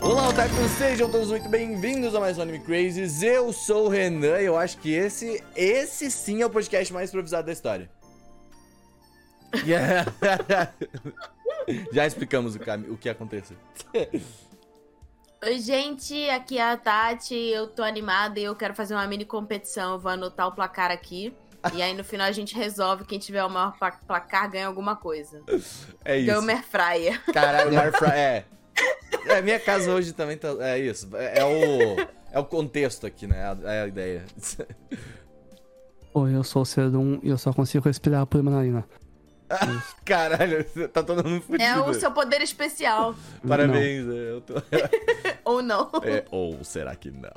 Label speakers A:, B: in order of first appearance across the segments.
A: Fala, Otaku! Sejam todos muito bem-vindos a mais um Anime Crazes. Eu sou o Renan e eu acho que esse, esse sim é o podcast mais improvisado da história. Yeah. Já explicamos o, cami- o que aconteceu.
B: Oi, gente, aqui é a Tati. Eu tô animada e eu quero fazer uma mini competição. Eu vou anotar o placar aqui. E aí no final a gente resolve quem tiver o maior pla- placar ganha alguma coisa.
A: É isso.
B: Ganhou uma airfryer.
A: Caralho, o Airfry. É. É, minha casa hoje também tá. É isso. É, é o. É o contexto aqui, né? É a- É a ideia.
C: Oi, eu sou o Serum e eu só consigo respirar por uma narina.
A: Caralho, tá todo mundo fudido.
B: É o seu poder especial.
A: Parabéns. é, eu tô-
B: Ou não.
A: É, ou será que não?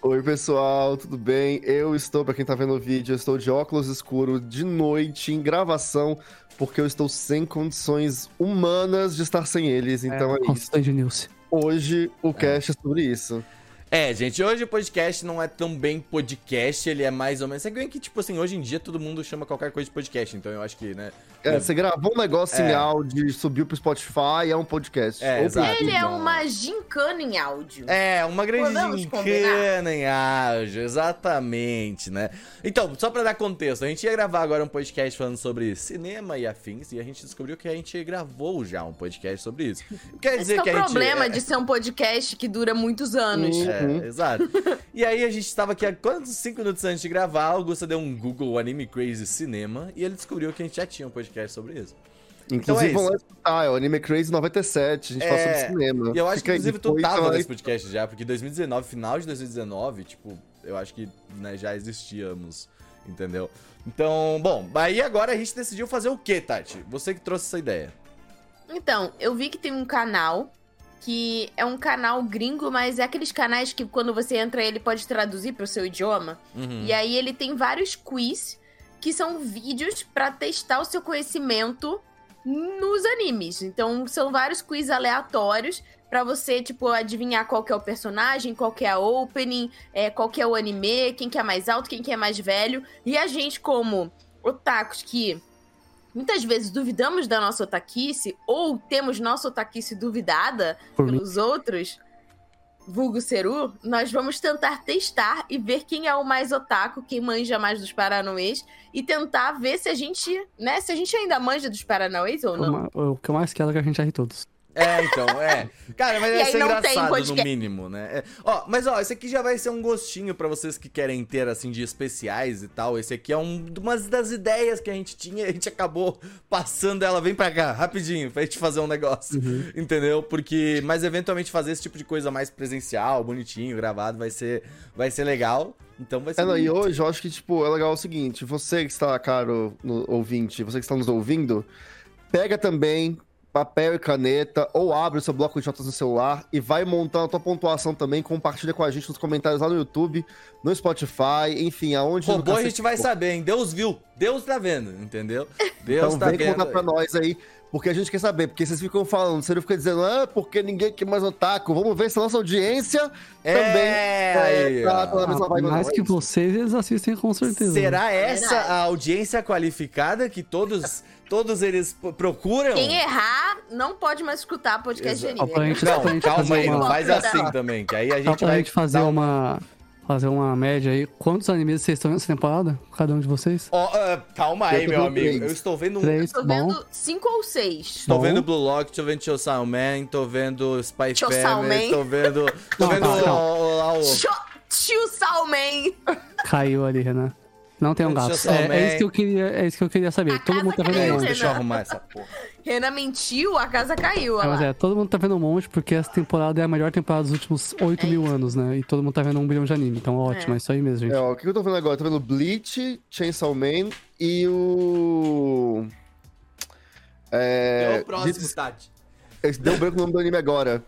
D: Oi, pessoal, tudo bem? Eu estou, pra quem tá vendo o vídeo, eu estou de óculos escuro de noite em gravação, porque eu estou sem condições humanas de estar sem eles. Então é, isso.
C: Constante News.
D: Hoje o cast é sobre isso.
A: É, gente, hoje o podcast não é tão bem podcast, ele é mais ou menos. É bem que, tipo assim, hoje em dia todo mundo chama qualquer coisa de podcast, então eu acho que, né?
D: É,
A: É.
D: Você gravou um negócio
A: É.
D: em áudio, subiu pro Spotify, é um podcast.
A: É,
D: Ou
A: exato.
B: Ele é
A: não.
B: uma gincana em áudio.
A: É, uma grande
B: Hum. Podemos
A: gincana em áudio, exatamente, né? Então, só pra dar contexto, a gente ia gravar agora um podcast falando sobre cinema e afins, e a gente descobriu que a gente gravou já um podcast sobre isso. Quer
B: Esse
A: dizer
B: é o
A: que a gente...
B: problema de ser um podcast que dura muitos anos.
D: Hum.
A: É,
D: Uhum.
A: exato. E aí a gente tava aqui há quantos cinco minutos antes de gravar, a Augusta deu um Google Anime Crazy Cinema e ele descobriu que a gente já tinha um podcast sobre isso. Então é
D: Inclusive, vão lá escutar, é o Anime Crazy 97, a gente fala
A: É,
D: sobre cinema.
A: E eu acho
D: Fica
A: que
D: aí,
A: inclusive tu
D: depois
A: tava
D: vai-
A: nesse podcast já, porque 2019, final de 2019, tipo, eu acho que né, já existíamos, entendeu? Então, bom, aí agora a gente decidiu fazer o quê, Tati? Você que trouxe essa ideia.
B: Então, eu vi que tem um canal que é um canal gringo, mas é aqueles canais que quando você entra ele pode traduzir pro seu idioma.
A: Uhum.
B: E aí ele tem vários quiz que são vídeos pra testar o seu conhecimento nos animes. Então são vários quiz aleatórios pra você tipo adivinhar qual que é o personagem, qual que é a opening, é, qual que é o anime, quem que é mais alto, quem que é mais velho. E a gente como otakus que muitas vezes duvidamos da nossa otaquice ou temos nossa otaquice duvidada,
C: Por mim,
B: pelos outros, vulgo Seru, nós vamos tentar testar e ver quem é o mais otaku, quem manja mais dos Paranauês, e tentar ver se a gente, né, se a gente ainda manja dos Paranauês ou não.
C: uma- o que eu mais quero é que a gente arre todos.
A: É, então, é. Cara, mas
B: E
A: vai
B: aí
A: ser
B: não tem
A: engraçado no
B: podcast.
A: mínimo, né? É. Ó, mas ó, esse aqui já vai ser um gostinho pra vocês que querem ter, assim, de especiais e tal. Esse aqui é um, uma das ideias que a gente tinha e a gente acabou passando ela. Vem pra cá, rapidinho, pra gente fazer um negócio.
D: Uhum.
A: Entendeu? Porque, mas eventualmente fazer esse tipo de coisa mais presencial, bonitinho, gravado, vai ser, vai ser legal. Então vai ser.
D: É, não, e
A: bonito.
D: hoje eu acho que, tipo, é legal o seguinte, você que está, caro no, ouvinte, você que está nos ouvindo, pega também papel e caneta, ou abre o seu bloco de notas no celular e vai montando a tua pontuação também, compartilha com a gente nos comentários lá no YouTube, no Spotify, enfim, aonde... no
A: Robô a
D: cacete
A: gente vai
D: for.
A: saber, hein? Deus viu. Deus tá vendo, entendeu? Deus
D: Então
A: tá
D: vem
A: vendo.
D: contar pra nós aí, porque a gente quer saber, porque vocês ficam falando, você não fica dizendo, ah, porque ninguém quer mais otaku, vamos ver se a nossa audiência também...
A: É, aí,
D: tá
A: ó.
D: pela mesma
C: Ah,
D: vibe,
C: mais
D: não, é
C: que
D: isso.
C: vocês, eles assistem com certeza.
A: Será essa
B: É Verdade.
A: a audiência qualificada que todos, todos eles p-
C: é?
A: procuram?
B: Quem é? errar não pode mais escutar podcast de
A: Exato.
C: Só pra
B: anime.
C: gente, só pra
A: Não,
C: gente
A: calma
C: fazer
A: aí, não
C: uma,
A: faz assim também, que aí a
C: só
A: gente
C: pra
A: vai
C: gente fazer
A: dar um-
C: uma... Fazer uma média aí. Quantos animes vocês estão vendo essa temporada? Cada um de vocês?
A: Ó, ah, calma aí,
D: Eu tô
A: meu
D: vendo
A: amigo.
D: três.
A: Eu estou vendo um.
C: Três,
B: Tô
C: bom.
B: vendo cinco ou seis.
A: Estou
C: Bom.
A: vendo Blue Lock, estou vendo Chow Man, estou vendo Spy
B: Chow
A: Family,
B: Man.
A: estou vendo. Estou
C: Não, tá,
A: vendo
C: não, não.
A: o- o- lá o.
B: Cho- Tio Salman!
C: Caiu ali, Renan. Não tem um gato.
A: Deixa eu só
C: É,
A: ver.
C: é isso que eu queria, é isso que eu queria saber.
B: A
C: Todo mundo tá
B: casa
C: vendo
B: caiu,
C: um
A: Peraí,
C: monte.
B: Renan.
A: Deixa eu arrumar essa porra.
B: Renan mentiu, a casa caiu.
C: É,
B: olha
C: mas
B: lá.
C: é, todo mundo tá vendo um monte porque essa temporada é a melhor temporada dos últimos 8
B: É
C: mil anos, né? E todo mundo tá vendo um bilhão de anime. Então ótimo, é, isso aí mesmo, gente.
D: É, ó, o que eu tô vendo agora? Eu tô vendo Bleach, Chainsaw Man e o. É.
A: É o próximo,
D: diz-
A: Tati.
D: Deu branco o nome do anime agora.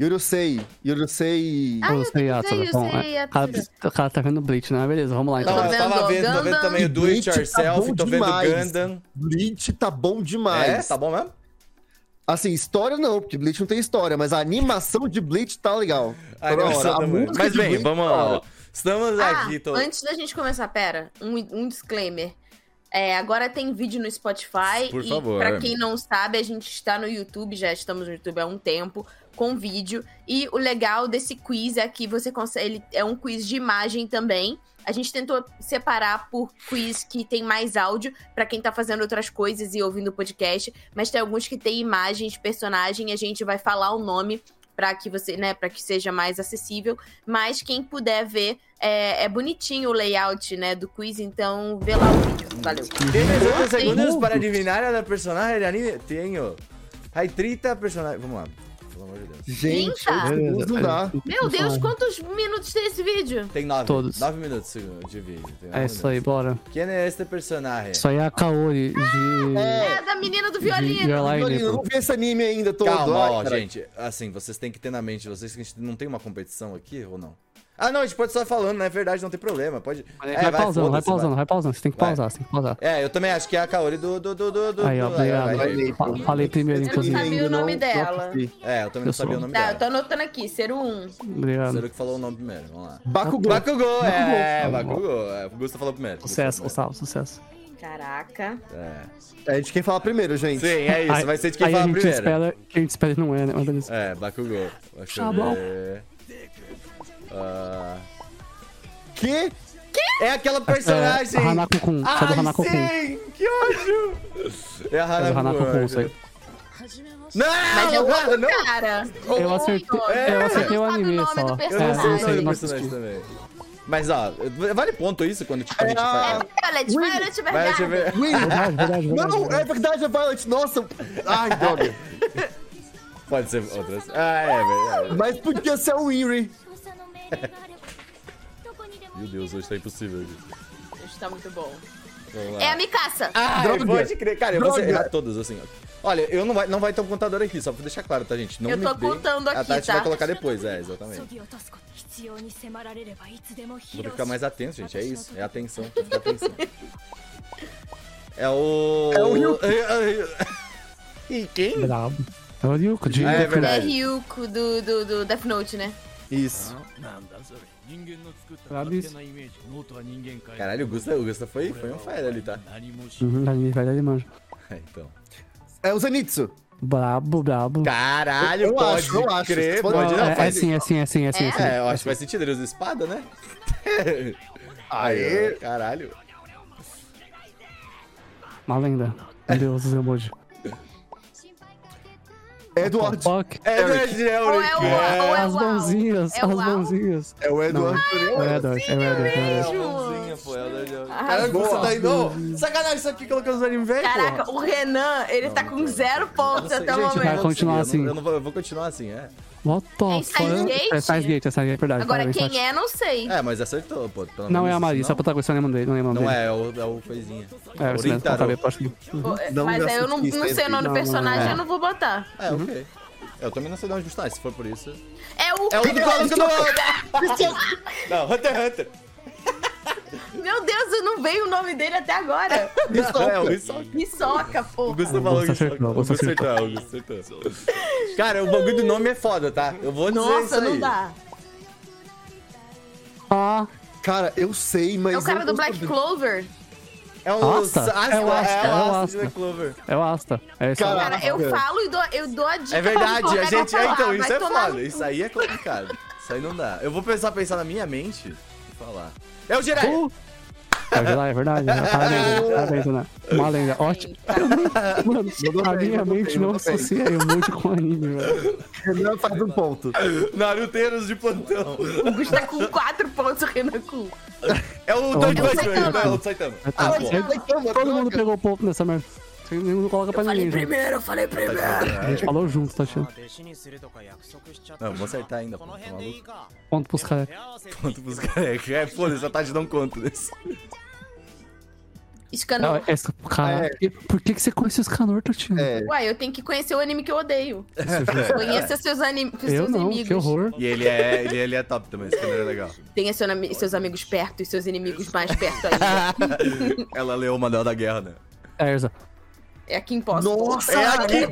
D: Yurusei. Yurusei.
B: Ah, eu
C: sei, Yatsuda.
B: sei,
C: Bom,
B: eu sei,
C: é, o cara, o cara tá vendo Bleach, né? Beleza, vamos lá
A: Não,
C: então.
A: eu tava
B: vendo
A: vendo, tô vendo
B: Gundam.
A: também o Do It
D: Bleach tá
A: Yourself,
D: bom
A: tô vendo
D: demais.
A: Gundam.
D: Bleach tá bom
A: É,
D: demais.
A: tá bom mesmo?
D: Assim, história não, porque Bleach não tem história, mas a animação de Bleach tá legal.
A: Ai,
D: Toda
A: nossa,
D: hora. A
A: tá bom.
D: música
A: Mas
D: de
A: bem,
D: Bleach,
A: vamos
D: da
A: lá.
D: hora.
A: Estamos
B: Ah,
A: aqui, então. tô.
B: antes da gente começar, pera, um, um disclaimer. É, agora tem vídeo no Spotify.
A: Por
B: e
A: favor.
B: Pra quem não sabe, a gente está no YouTube, já estamos no YouTube há um tempo, com vídeo. E o legal desse quiz é que você consegue. Ele é um quiz de imagem também. A gente tentou separar por quiz que tem mais áudio, pra quem tá fazendo outras coisas e ouvindo o podcast, mas tem alguns que tem imagens, personagem, a gente vai falar o nome pra que você, né, para que seja mais acessível, mas quem puder ver é, é bonitinho o layout, né, do quiz, então vê lá o vídeo. Valeu.
A: Tem 60 segundos para adivinhar a personagem de anime? Tenho. Aí 30 personagens. Vamos lá. Pelo amor de Deus.
D: Gente,
B: Linda.
C: É,
D: oito segundos não dá.
B: Meu Deus, quantos minutos tem esse vídeo?
A: Tem 9.
C: Todos.
A: 9 minutos de vídeo. Tem nove
C: É isso aí,
A: minutos.
C: bora.
A: Quem é este personagem?
C: Isso aí é a Kaori de.
B: É, da menina do violino.
C: Your né, Lie.
D: Violino, eu não vi esse anime ainda todo.
A: Calma,
D: Ai,
A: ó,
D: cara.
A: gente. Assim, vocês têm que ter na mente de vocês que a gente não tem uma competição aqui ou não? Ah, não, a gente pode só falando, não é verdade, não tem problema. Pode.
C: Vai,
A: É,
C: pausando, vai
A: foda-se,
C: pausando, vai pausando. Você tem que
A: Vai.
C: pausar, você tem que pausar.
A: É, eu também acho que é a Kaori do. do, do, do, do
C: Aí, ó,
A: do- é,
C: obrigado.
A: vai, vai.
D: Vai,
C: Fa-
D: Ney.
C: Falei primeiro,
D: Esse
C: inclusive.
D: anime
B: Eu não sabia o
D: ainda
B: nome
D: não-
B: dela.
D: não assisti.
A: É, eu também não
C: Eu
A: sabia
C: sou-
A: o nome
B: Tá, eu tô
A: dela.
B: anotando aqui, ser um.
A: Será
C: Obrigado.
A: que falou o nome primeiro? Vamos lá.
D: Bakugou.
A: Bakugou, é, Bakugou. É, o Gusta falou primeiro. Gusta
C: Sucesso,
A: falou
C: Gustavo, sucesso.
B: Caraca.
A: primeiro. É.
D: A gente quem falar primeiro, gente.
A: Sim, é isso,
C: Aí-
A: vai ser de quem
C: aí a
A: fala
C: gente
A: primeiro.
C: Espera, que a gente espera que não é, né? Mas beleza.
A: É, Bakugou. Deixa
C: Tá
A: eu
C: bom.
A: ver. Ah,
D: Que?
A: É aquela personagem.
C: É, Hanako Kun,
A: Ai,
C: só do Hanako Kun.
A: sim, que ódio. É a
C: Mas
A: Hanako
C: o Hanako Kun,
A: Kun. né?
C: isso aí.
B: Mas é
A: Não,
B: o
A: não,
B: outro
A: não.
B: cara.
C: Eu acertei,
A: É,
B: não
C: eu acertei o
B: sabe o
C: anime
B: nome
C: só.
B: do
C: É,
A: Eu não sei o
B: personagem.
A: nome do
C: acertei, mas
A: personagem também. Mas, ó, vale ponto isso quando tipo, a gente
D: É,
A: fala.
B: Violet,
D: Will.
B: Violet,
A: Vai, deixa eu ver.
B: verdade.
D: Will.
C: Verdade, verdade, verdade.
D: Não, é verdade, é Violet. Nossa. Ai, droga.
A: Pode ser outras. Ah, é, verdade.
D: Mas podia ser o Winry.
A: Meu Deus, hoje tá impossível. gente.
B: Isso tá muito bom.
A: Vamos lá.
B: É a Mikaça.
A: Ah,
D: Droga.
A: pode crer. Cara, eu vou
D: Droga.
A: errar todas, assim. ó. Olha, eu não vai, não vai ter um contador aqui, só pra deixar claro, tá, gente? Não
B: Eu tô
A: me dê.
B: contando
A: A
B: aqui,
A: Tati
B: tá?
A: vai colocar depois, é, exatamente. Vou
E: Vou
A: ter que ficar mais atento, gente, é isso. É atenção, tem que ficar atenção. É o... é.
D: É o Ryuk.
A: E quem?
C: Bravo. É o Ryuko, de
A: Ah, é
B: É
C: Ryuko.
A: verdade.
B: Ryuko do, do, do Death Note, né?
D: Isso.
F: なんだそれ人間の作った
C: ラ
F: 勝
C: ビ
F: 手
C: ス
F: なイメージノートは人間か
A: Caralho, o Gusta, o Gusta foi, foi um fire ali, tá?
F: 何もし
C: Uhum, anime, velho, ele manja.
A: É, Então.
D: É o Zenitsu.
C: Brabo, brabo.
A: Caralho,
D: Eu
A: pode
D: acho, eu acho.
A: crer,
D: Não, assim.
A: pode
C: Não,
A: não,
C: é, é
A: faz...
C: sim, é sim, é sim, é sim. É, sim.
A: É, eu acho que faz sentido, ele usa espada, né?
D: Aê.
A: Caralho. É.
C: Uma lenda. Meu Deus, os emoji.
D: Edward.
C: Fuck.
A: É,
D: né,
A: Eric. É,
B: Ou é o, ou é
C: As
B: o Al.
C: mãozinhas,
B: É o
C: as
B: Al?
C: mãozinhas.
D: É o Edward.
C: É o Edward, é o Edward. é o Edward.
A: a mãozinha, pô, é o da- da-
B: Ah,
A: Caralho,
D: boa.
A: você tá indo. Ô, Sacanagem, isso aqui colocando os anime velho, porra.
B: Caraca, tá o Renan, ele tá com zero
A: Eu não
B: pontos
A: sei, gente,
B: até o
A: eu não
C: vai
B: momento.
A: sei,
C: continuar
A: eu não-
C: assim.
A: Eu, não vou, eu vou continuar assim, é.
C: What
B: É
C: the
B: Inside Gate?
C: fuck? É Size Gate, é Size Gate, verdade.
B: Agora,
C: parabéns,
B: quem
C: Tati.
B: é, não sei.
A: É, mas acertou, pô. pelo
C: Não
A: menos
C: é a
A: isso,
C: Marisa, a protagonista, eu não lembro dele. Não
A: Não
C: lembro dele.
A: é, é o, é o coisinha.
C: É, isso mesmo,
A: Orintaro.
C: acabei postando.
D: Não
B: Mas
D: me
B: aí eu não,
D: assisti,
B: não sei o nome do
C: não, não,
B: personagem,
C: não.
B: eu não vou botar.
A: É,
C: Uhum.
A: ok. Eu também não sei de onde está, se for por isso.
B: É o.
A: É o do Colosso do Não, Hunter x Hunter.
B: Meu Deus, eu não veio o nome dele até agora.
A: É, o Hisoka.
B: Me soca, pô.
A: O Gusto
C: Ah,
A: falou
C: você
A: Hisoka.
C: acertou,
A: O
C: você
A: Gusto acertou, o Gusto acertou. Cara, o bagulho do nome é foda, tá? Eu vou dizer isso
B: Nossa,
A: aí.
B: não dá.
C: Ah,
D: Cara, eu sei, mas.
B: É o cara
D: eu
B: do
D: não
B: Black
D: sabia.
B: Clover.
A: É o
C: Asta?
A: Asta,
C: É o
A: é
C: Asta, é
A: o
C: o
A: Asta de
C: Asta.
A: Black Clover.
C: é o Asta. É isso aí.
D: Cara,
B: Cara, eu
D: Caraca.
B: falo e dou, eu dou a dica.
A: Ah, É verdade,
B: pra
A: a
B: você
A: gente.
B: falar,
A: é, então,
B: vai
A: isso é
B: tomar no
A: foda.
B: cu.
A: Isso aí é complicado. Isso aí não dá. Eu vou pensar, pensar na minha mente e falar. É o Jiraiya!
C: Uh! É verdade, é verdade. Parabéns, parabéns, né? Uma lenda. Ótimo. Mano,
D: Mandou
C: a
D: bem,
C: minha
D: mandou
C: mente
D: bem,
C: não
D: mandou bem.
C: associa emoji com anime, velho.
D: Renan faz um ponto.
A: Ah, Naruteiros de plantão.
B: O Gus tá com 4 pontos, o Renan com. um.
A: É o Dante
C: É o
A: Batman,
B: Saitama.
A: não é o do Saitama.
C: Ah,
A: Ah, bom.
C: Saitama. Todo mundo pegou ponto nessa merda. Nenhum coloca pra ninguém. gente.
B: eu falei
A: É,
B: primeiro.
C: A gente falou junto, tá achando?
F: 弟子にするとか約束しちゃっ
A: Não, vou acertar ainda, pô. Tá maluco?
F: か
C: Ponto pros caras.
F: 手合わせ
A: Ponto pros carecas. É, foda-se, a Tati não conta desse.
C: Não,
B: Escanor.
C: essa- Cara, por que, que você conhece os canor, Tatiana?
D: É.
B: Uai, eu tenho que conhecer o anime que eu odeio.
A: É.
B: Conheça seus, anim...
C: Eu
B: seus
C: não,
B: inimigos.
C: que horror.
A: E ele é, ele, ele é top também, esse câmera é legal.
B: Tenha seu nami- seus amigos perto e seus inimigos mais perto ainda.
A: Ela leu o Manual da Guerra, né?
C: É, Erza.
B: É aqui em Posse.
D: Nossa,
A: É aqui,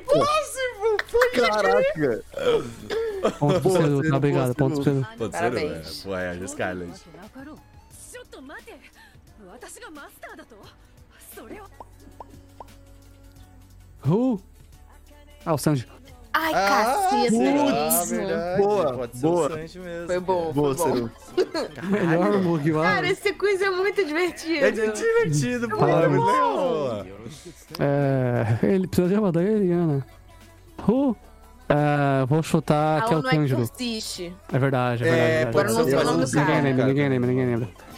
D: Caraca.
C: Ponto pro
D: Boa,
C: Ceru,
D: Ceru,
C: tá?
D: boa,
C: Obrigado, ponto pro Ceru.
A: Pode ser,
B: Parabéns.
A: velho. Pô, é a Scarlet.
C: Who? Ah, o Sanji.
B: Ah, Ai,
A: Ah,
B: caceta.
A: será?
B: isso.
A: verdade.
D: Boa,
A: Pode ser
D: boa.
A: o Sanji mesmo.
B: Foi bom.
D: Boa,
B: foi bom.
D: Seru.
C: Melhor Mug, mano.
B: Cara, esse quiz é muito divertido.
A: É divertido, pô.
C: Muito
A: É muito
C: bom.
A: legal.
C: É, ele precisa de uma da Eliana. Ru? É, vou chutar que é o
B: Aula não é
C: Tanjiro.
B: consiste.
C: É verdade, é
A: É,
C: verdade.
A: pode
B: Agora
C: é
A: ser.
B: não sei o nome do
A: Sim,
C: verdade.
B: cara.
C: Ninguém lembra,
A: cara.
C: ninguém lembra, ninguém lembra.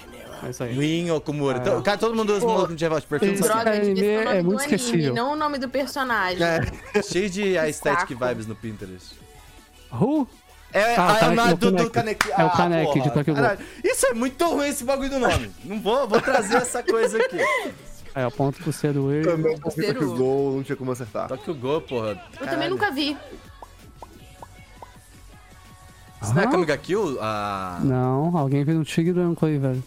C: É isso aí.
A: Ruim ou Kumura.
C: Ah.
A: Então, cara, todo mundo usa
B: Pô,
A: maluco no Jeval de perfil.
C: esse
A: tipo, sabe?
B: Droga, eu devia
C: anime
B: ser o nome
C: é muito
B: do anime,
C: esquecível.
B: não o nome do personagem.
D: É,
A: Cheio de aesthetic
B: saco.
A: vibes no Pinterest.
C: Ru?
A: É,
C: Ah,
A: é o
C: Kaneki,
A: nome
C: o
A: do, do
C: Kaneki.
A: Kaneki.
C: É o
A: Ah,
C: Kaneki
A: porra.
C: de Tokyo Ghoul.
A: Caralho, Isso é muito ruim esse bagulho do nome. Não vou, vou trazer essa coisa aqui.
C: É, o ponto pro C do E.
D: Também não vi
B: Seru.
D: o gol, não tinha como
C: Tá
D: acertar.
A: Tokyo Go, porra.
B: Eu também nunca vi.
A: Isso
D: tá
A: não é Kamiga Kill? Ah.
C: Não, alguém fez um tigre branco aí, velho.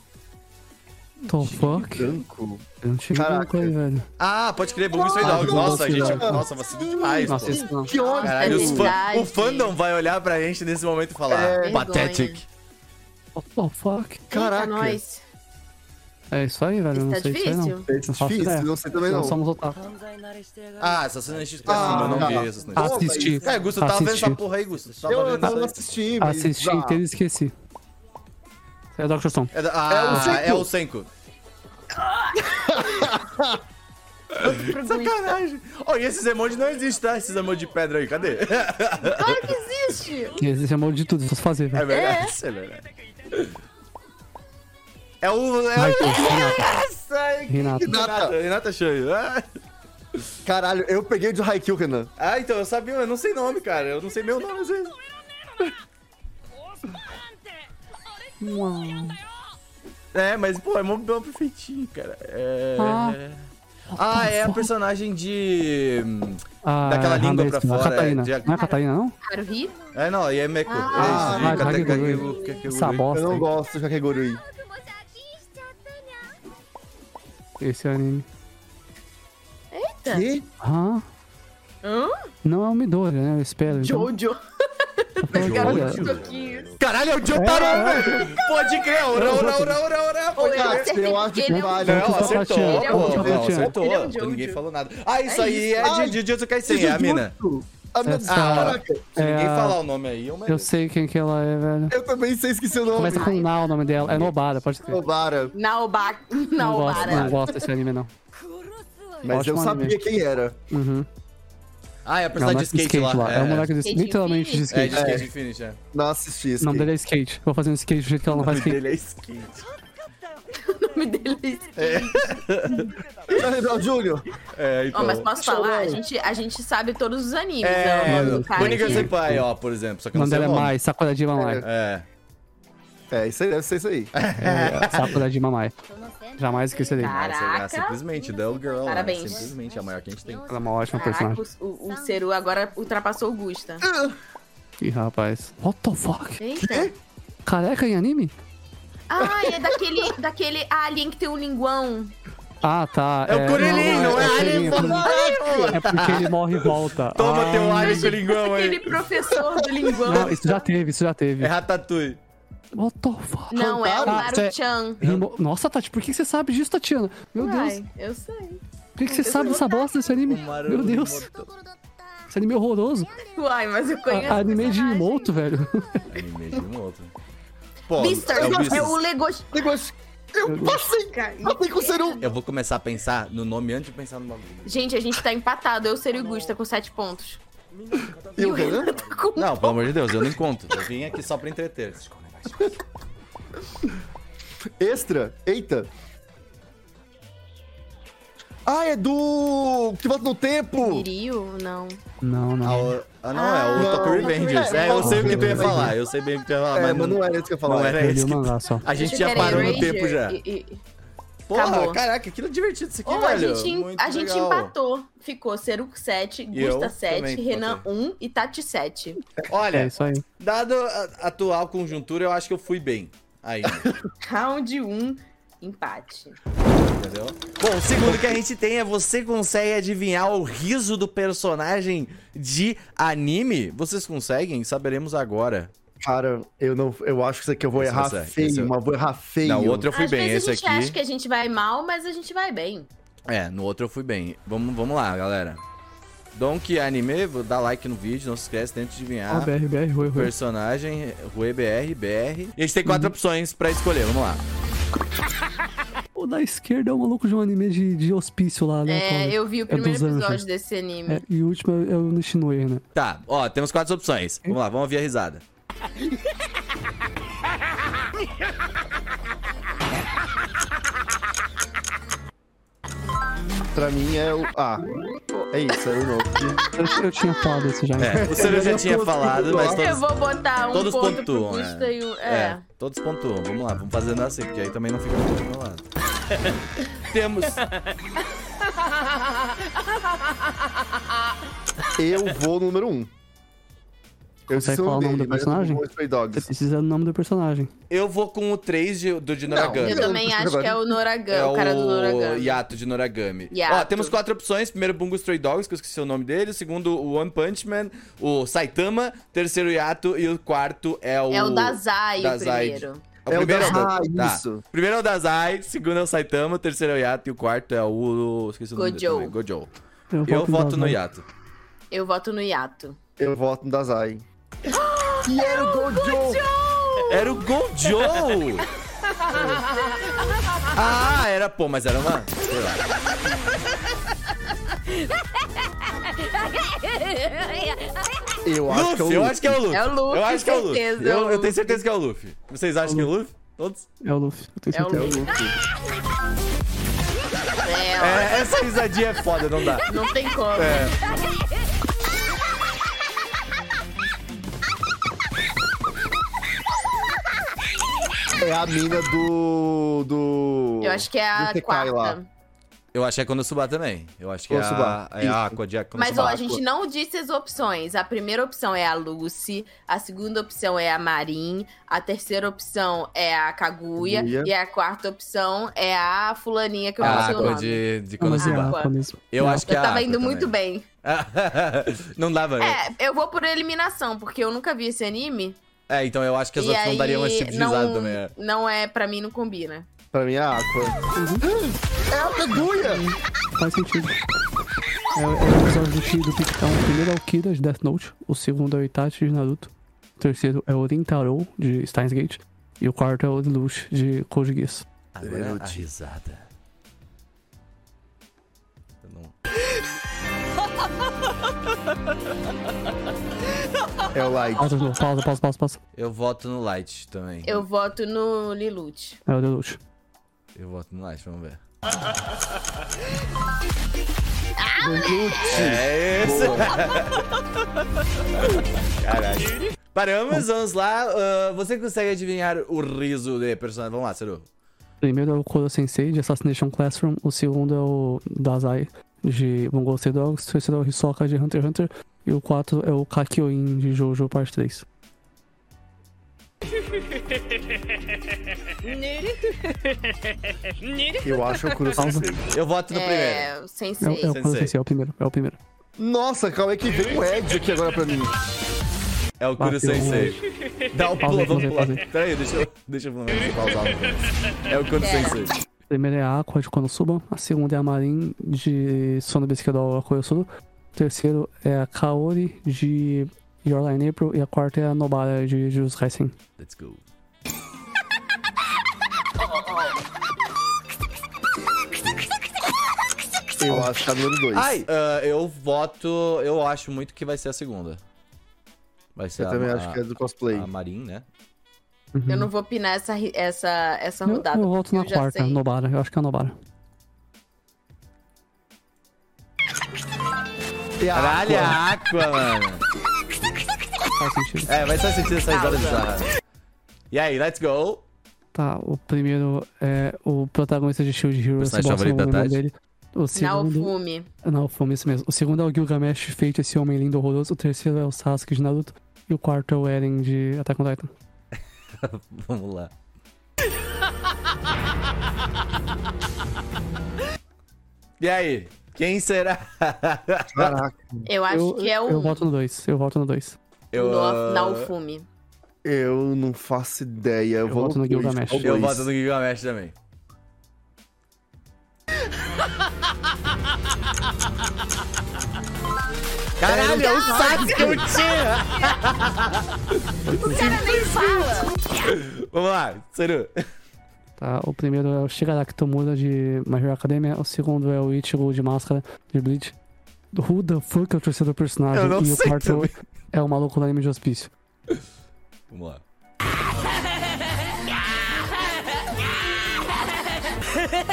C: Tô fuck.
D: Branco?
C: Fez Um tigre
D: Caraca.
C: branco aí, velho.
A: Ah, pode crer, Bugui Stray
C: Ah,
A: Dog. Nossa,
C: vacilão.
A: gente. Nossa, vacilo demais.
C: Nossa,
A: pô.
C: isso não.
D: Que
B: tá
D: ódio,
A: Caralho, os fã-
B: Verdade.
A: o fandom vai olhar pra gente nesse momento e falar. "Ah,
D: É.
B: Vergonha.
A: Pathetic.
C: Oh, fuck.
D: Caraca.
B: Eita, nós.
C: É isso aí, velho.
B: Isso
C: não
B: tá
C: sei isso aí, não.
B: difícil.
D: É
C: Não faço ideia.
D: difícil, não sei também
C: Não
D: não.
C: somos otaku.
A: Ah, Assassin's Creed
D: Ah,
A: Cassino, eu não
D: tá.
A: vi Assassin's Creed.
D: Ah,
C: Assisti.
A: É, Gusto, eu tava vendo
C: Assisti.
A: essa porra aí, Gusto. Tava
D: Eu, eu
A: vendo isso
D: não
A: aí.
D: assisti, mas...
C: Assisti
D: Ah,
C: inteiro e esqueci. É Dr. Stone.
A: É, da- ah, é
D: É
A: o
D: o
A: Senko.
B: Claro
A: Sacanagem. Oh, e esses emojis não existem, tá? Esses emojis de pedra aí, cadê?
B: que existe.
C: E existe amor de tudo, se fosse fazer,
A: É
C: velho.
A: verdade, isso é verdade. É o. É
C: Ai,
A: o.
C: que Renato.
A: Sai, que-
C: Renato.
A: Renata, Renata Shoyu. Ah,
D: Caralho, eu peguei o de Haikyuu, Renan.
A: Ah, então, eu sabia, eu não sei nome, cara. Eu não sei meu nome às vezes. É, mas, pô, é mó bom perfeitinho, cara. É. Ah, é a personagem de. hum,
C: Ah,
A: Daquela língua pra
C: Radesco, não é
A: fora, é,
C: Catarina.
A: de-
C: Não é Catarina, não?
B: Haruhi?
A: É, não, e é Meco.
B: Ah,
A: é,
C: ah,
A: Kate-
C: Kakegurui.
A: Kakegurui, Kakegurui.
C: Essa
D: Eu
C: bosta
D: não
C: aí,
D: gosto de Kakegurui.
C: esse é anime.
B: Eita.
D: Que?
C: Aham.
B: Hã?
C: Não é o Midori, né? Eu espero. então.
B: Jojo.
C: Olha,
B: Garoto de toquinho.
A: Caralho, é o Jotaro, velho! Pode crer, é ora, ora, ora, ora, ora, pode
B: Oi,
A: crer.
B: acertei,
D: eu acho que
B: ele é um
D: vale.
A: Não,
D: Eu tô
A: acertou,
C: fatiando,
A: pô,
B: eu tô
A: não,
C: fatiando.
A: acertou,
B: Ele é um Jojo.
A: ninguém falou nada. Ah, isso
B: É
A: aí
B: isso.
A: é
D: Ai,
A: de Jujutsu Kaisen, é a mina.
D: A mina
C: Essa-
D: Ah, Caraca,
A: Se ninguém
C: É a-
A: falar o nome aí, eu
C: Eu sei quem que ela é, velho.
D: eu também sei esquecer o nome.
C: Começa com Na o nome dela. É Nobara, pode crer.
D: Obara.
B: Naoba...
C: Não gosto, não
B: Naobara. é
C: gosto desse anime, não.
D: Mas
C: Ótimo
D: eu sabia
C: um anime.
D: quem era.
C: Uhum.
A: Ah, é a
C: É o
A: personagem
C: moleque
A: de skate lá.
C: É o moleque de skate.
B: Skate
C: Literalmente de
A: É,
C: skate.
A: de skate infinite, é.
D: Não assisti esse.
C: O nome dele é skate. Vou fazer um skate do jeito que ela não faz skate.
A: é skate.
B: O nome dele é
D: Charlie Brown Jr.
A: É, então...
B: Ó, mas posso falar? A
D: Chorão.
B: gente, a gente sabe todos os animes, né?
A: É,
B: O nome do cara
A: Bonita
B: aqui.
A: Senpai, ó, por exemplo, só que eu
C: O
A: não
C: nome
A: sei
C: dela é
A: o nome.
C: Mai, Sakura Jima Mai.
A: É.
D: É, isso aí deve ser isso aí.
C: É, Sakura Jima Mai. Jamais esquecerei.
B: Cara.
A: Essa-
B: Caraca.
A: ah, simplesmente, Del Girl. né?
B: Parabéns.
A: Simplesmente, a maior que a gente tem.
C: Ela é uma ótima
B: Caraca,
C: personagem.
B: o, o, o Seru agora ultrapassou o Gusta.
C: Ih, rapaz. What the fuck?
B: Eita.
C: Careca em anime?
B: Ah, é daquele, daquele alien que tem um linguão.
C: Ah, tá.
A: É o Kuririn, não é Alien
C: Kuririn,
A: Formal!
C: É porque ele morre e volta.
A: Toma
C: Ah,
A: teu Alien com linguão
B: Aquele
A: aí.
B: professor do
C: Não,
B: linguão.
C: isso já teve, isso já teve.
A: É Ratatouille.
C: What the fuck?
B: Não, é o
C: Ah, isso é-
B: Naruto-chan.
C: Rimo- Nossa, Tati, por que que você sabe disso, Tatiana? Meu Deus,
B: Ai, eu sei.
C: por que que você sabe dessa bosta desse anime?
A: Maru-
C: Meu Deus, esse anime é horroroso.
B: Uai, mas eu conheço.
C: A, anime de
B: personagem.
C: Imoto, velho.
A: Anime de um outro. Pô,
B: Beastars,
A: é o Beastars.
B: é o Legos.
D: Negócio. Eu passei,
B: Cara,
D: passei com o Seru.
A: Eu vou começar a pensar no nome antes de pensar no bagulho.
B: Gente, a gente tá empatado. Eu, Seru e Gusta com 7 pontos.
D: E o Renan?
B: Tá com-
A: Não, pelo amor de Deus, eu não conto. Eu vim aqui só pra entreter.
D: Extra? Eita. Ah, é do... Que volta no tempo.
B: Mirio? Não.
C: Não,
A: Ah,
C: não.
A: o- ah, não, é o
D: Ah,
A: Otaku
D: não.
A: Revengers. É, eu sei o que tu ia falar. Eu sei bem o que tu ia falar,
D: É,
A: mas
D: mas não era isso que eu ia falar.
A: Não era
C: Eu li
A: esse.
C: o
A: que-
C: mangá só.
A: A gente já
B: Deixa eu ver,
A: parou no
B: Ranger
A: tempo já.
B: e- e-
A: Porra,
B: Acabou.
A: caraca, que divertido isso aqui,
B: Ou a
A: velho.
B: gente,
A: Muito
B: a gente
A: legal.
B: empatou. Ficou Seru 7,
A: E eu
B: Gusta 7,
A: também,
B: Renan 1 e Tati 7.
C: É
A: Olha,
C: isso aí.
A: dado a a atual conjuntura, eu acho que eu fui bem. Aí,
B: Round 1, empate.
A: entendeu? Bom, o segundo que a gente tem é você consegue adivinhar o riso do personagem de anime? Vocês conseguem? Saberemos agora.
D: Cara, eu não... Eu acho que isso aqui eu vou
A: Esse
D: errar
A: você- esse eu-
D: feio, mas vou errar feio.
A: Não, o outro é eu fui
B: Às
A: bem,
B: vezes
A: esse
B: a gente
A: aqui.
B: acha que a gente vai mal, mas a gente vai bem.
A: É, no outro eu fui bem. Vamos, vamos lá, galera. Donkey Anime, vou dar like no vídeo, não se esquece, tenta adivinhar.
C: Ah, BR, BR, Rui, Rui.
A: Personagem, Rue BR, BR. E a gente tem quatro opções pra escolher, vamos lá.
C: O da esquerda é o maluco de um anime de, de hospício lá,
B: É,
C: aleatório.
B: eu vi o primeiro
C: dos anjos.
B: episódio desse anime.
C: É, e o último é o Nishinue, né?
A: Tá, ó, temos quatro opções. Vamos lá, vamos ouvir a risada.
D: Pra mim é o. Ah. É isso, é o novo.
C: Eu, eu tinha falado isso já.
A: É, o Ciro já tinha falado, mas
B: Eu
C: É.
A: todos,
B: vou botar um
A: todos
B: ponto
A: pontuam,
B: pro Gusta
A: né?
B: e um... É.
A: é, todos pontuam. Vamos lá, vamos fazendo assim, porque aí também não fica muito do meu lado. temos.
D: Eu vou no número 1. Um. Eu
C: Consegue falar o nome do
D: mas eu
C: personagem?
D: não vou Stray
C: Você
D: Dogs.
C: precisa do nome do personagem.
A: Eu vou com o 3 de, do de Noragami.
B: Eu também acho que é o Noragami,
A: É
B: o cara do
A: o
B: Noragami.
A: Yato de Noragami.
B: Yato.
A: Ó, temos quatro opções. Primeiro, Bungo Stray Dogs, que eu esqueci o nome dele. O segundo, o One Punch Man. O Saitama. Terceiro, Yato. E o quarto é o...
B: É o Dazai, o
A: Dazai.
B: primeiro.
D: É o
A: primeiro
D: Dazai,
A: da- tá.
D: isso.
A: Primeiro é o Dazai, segundo é o Saitama, terceiro é o Yato e o quarto é o... Esqueci o nome
B: Gojo.
A: dele também, Gojo.
C: Eu,
A: Eu voto
C: Davi.
A: no Yato.
B: Eu voto no Yato.
D: Eu voto no Dazai. E era o Gojo!
A: Era o Gojo! ah, era... Pô, mas era uma... Sei lá.
D: Eu acho que é o
A: Luffy, eu acho que é o Luffy.
B: É o Luffy,
A: Eu acho que é o Luffy.
B: certeza, é o
A: Eu, eu
B: Luffy.
A: tenho certeza que é o Luffy. Vocês acham que é o Luffy? Todos?
C: É o Luffy, eu tenho
B: É o
A: Então-
C: certeza.
B: Luffy. É, ó,
A: É, essa risadinha é foda, não dá.
B: não tem como.
A: É.
D: É a mina do. do.
B: Eu acho que é
D: do
B: a
D: Tekai
B: quarta.
D: lá.
A: Eu acho que é Konosuba também. Eu acho que
D: Konosuba,
A: é a, é
D: isso.
A: a Aqua de Konosuba.
B: Mas, ó, a
A: Aqua.
B: gente não disse as opções. A primeira opção é a Lucy, a segunda opção é a Marin, a terceira opção é a Kaguya,
D: Kaguya.
B: e a quarta opção é a fulaninha que
A: É
B: eu
A: a
B: não sei o
A: Aqua
B: nome.
A: de, de
C: Ah, mas é
A: Konosuba.
C: a
B: Aqua.
C: Aqua mesmo.
A: Eu
C: É a
A: acho que é
B: Eu
A: a
B: tava
A: Aqua
B: indo muito
A: também.
B: bem.
A: não dava. É.
B: É, eu vou por eliminação, porque eu nunca vi esse anime.
A: é, então eu acho que as
B: e
A: outras
B: aí,
A: não dariam esse tipo de risada
B: não,
A: também. é.
B: não é, pra mim não combina.
D: Pra mim é a Aqua.
B: Uhum.
D: É a Kaguya!
C: Faz sentido. É, é o episódio do Ki- do Pictão. O primeiro é o Kira de Death Note. O segundo é o Itachi de Naruto. O terceiro é o Rintaro de Steins Gate. E o quarto é o Lelouch de Code Geass.
A: Agora é a
D: Lelouch.
A: risada. Eu não-
D: É o Light.
C: Pausa, de novo, pausa, pausa, pausa, pausa.
A: Eu voto no Light também.
B: Eu voto no Lilute.
C: É o Lelouch.
A: eu voto no Light, vamos ver.
D: Lute.
A: É isso. Caralho. Paramos, vamos lá. Ah, você consegue adivinhar o riso de personagem? Vamos lá, Ceru.
C: O primeiro é o Koro Sensei de Assassination Classroom. O segundo é o Dazai de Bungo Stray Dogs. O terceiro é o Hisoka de Hunter x Hunter. E o quarto é o Kakyoin de Jojo Parte 3.
D: Eu acho que é o Kuro Sensei.
A: Eu voto no primeiro.
B: É, o
C: É, o-
B: Sensei.
C: é o Koro
A: Sensei.
C: Sensei, é o primeiro. É o primeiro.
D: Nossa, calma aí que veio o Ed aqui agora pra mim.
A: É o Kuro
C: Bateu
A: Sensei. Dá o pulo,
C: Pausei,
A: vamos
C: pausei,
A: pular.
C: pausei.
A: Peraí, deixa eu. Deixa eu pausar. É o Kuro
B: Pera.
A: Sensei.
C: A primeira é a Aqua de Konosuba, a segunda é a Marin de Sono Bisquedol Akoyosuru, o terceiro é a Kaori de Your Line April e a quarta é a Nobara de Jus Racing.
A: Let's go.
D: Eu acho que é o número 2.
A: Ai, ah, eu voto. Eu acho muito que vai ser a segunda. Vai ser
D: Eu
A: a,
D: também
A: a,
D: acho que é do cosplay.
A: a Marin, né?
B: Eu não vou opinar essa, ri- essa, essa
C: Eu,
B: rodada.
C: eu volto
B: porque
C: na
B: eu já
C: quarta,
B: sei.
C: Nobara, eu acho que é a Nobara.
D: É a
A: Caralho,
D: Aqua.
A: a Aqua, mano.
C: Faz sentido.
A: É, vai só sentir essa risada
B: Pausa.
A: bizarra. E aí, let's go.
C: Tá, o primeiro é o protagonista de Shield Hero, esse
A: Personagem
C: bosta, eu
A: favorito
C: não vou
A: da
C: lembrar dele. O segundo.
B: Naofumi.
C: Não, foi isso mesmo. O segundo é o Gilgamesh, feito esse homem lindo horroroso. O terceiro é o Sasuke de Naruto. E o quarto é o Eren de Attack on Titan.
A: Vamos lá. E aí? Quem será?
D: Caraca.
B: Eu acho
C: eu,
B: que é o
C: eu voto no dois eu voto no dois
A: Eu,
B: Nao-
A: uh,
B: Naofumi.
D: Eu não faço ideia. Eu, vou
C: voto no
D: dois,
C: Gilgamesh.
D: qual
A: eu
D: dois?
A: voto no Gilgamesh também. Caralho, é o saque que eu tinha!
B: O cara nem fala.
A: Vamos lá, Seru.
C: Tá? O primeiro é o Shigaraki Tomura de My Hero Academia. O segundo é o Ichigo de Máscara de Bleach. Who the fuck é o terceiro personagem?
A: Eu não
C: e
A: sei
C: o quarto
A: também.
C: é o maluco do anime de hospício.
A: Vamos lá.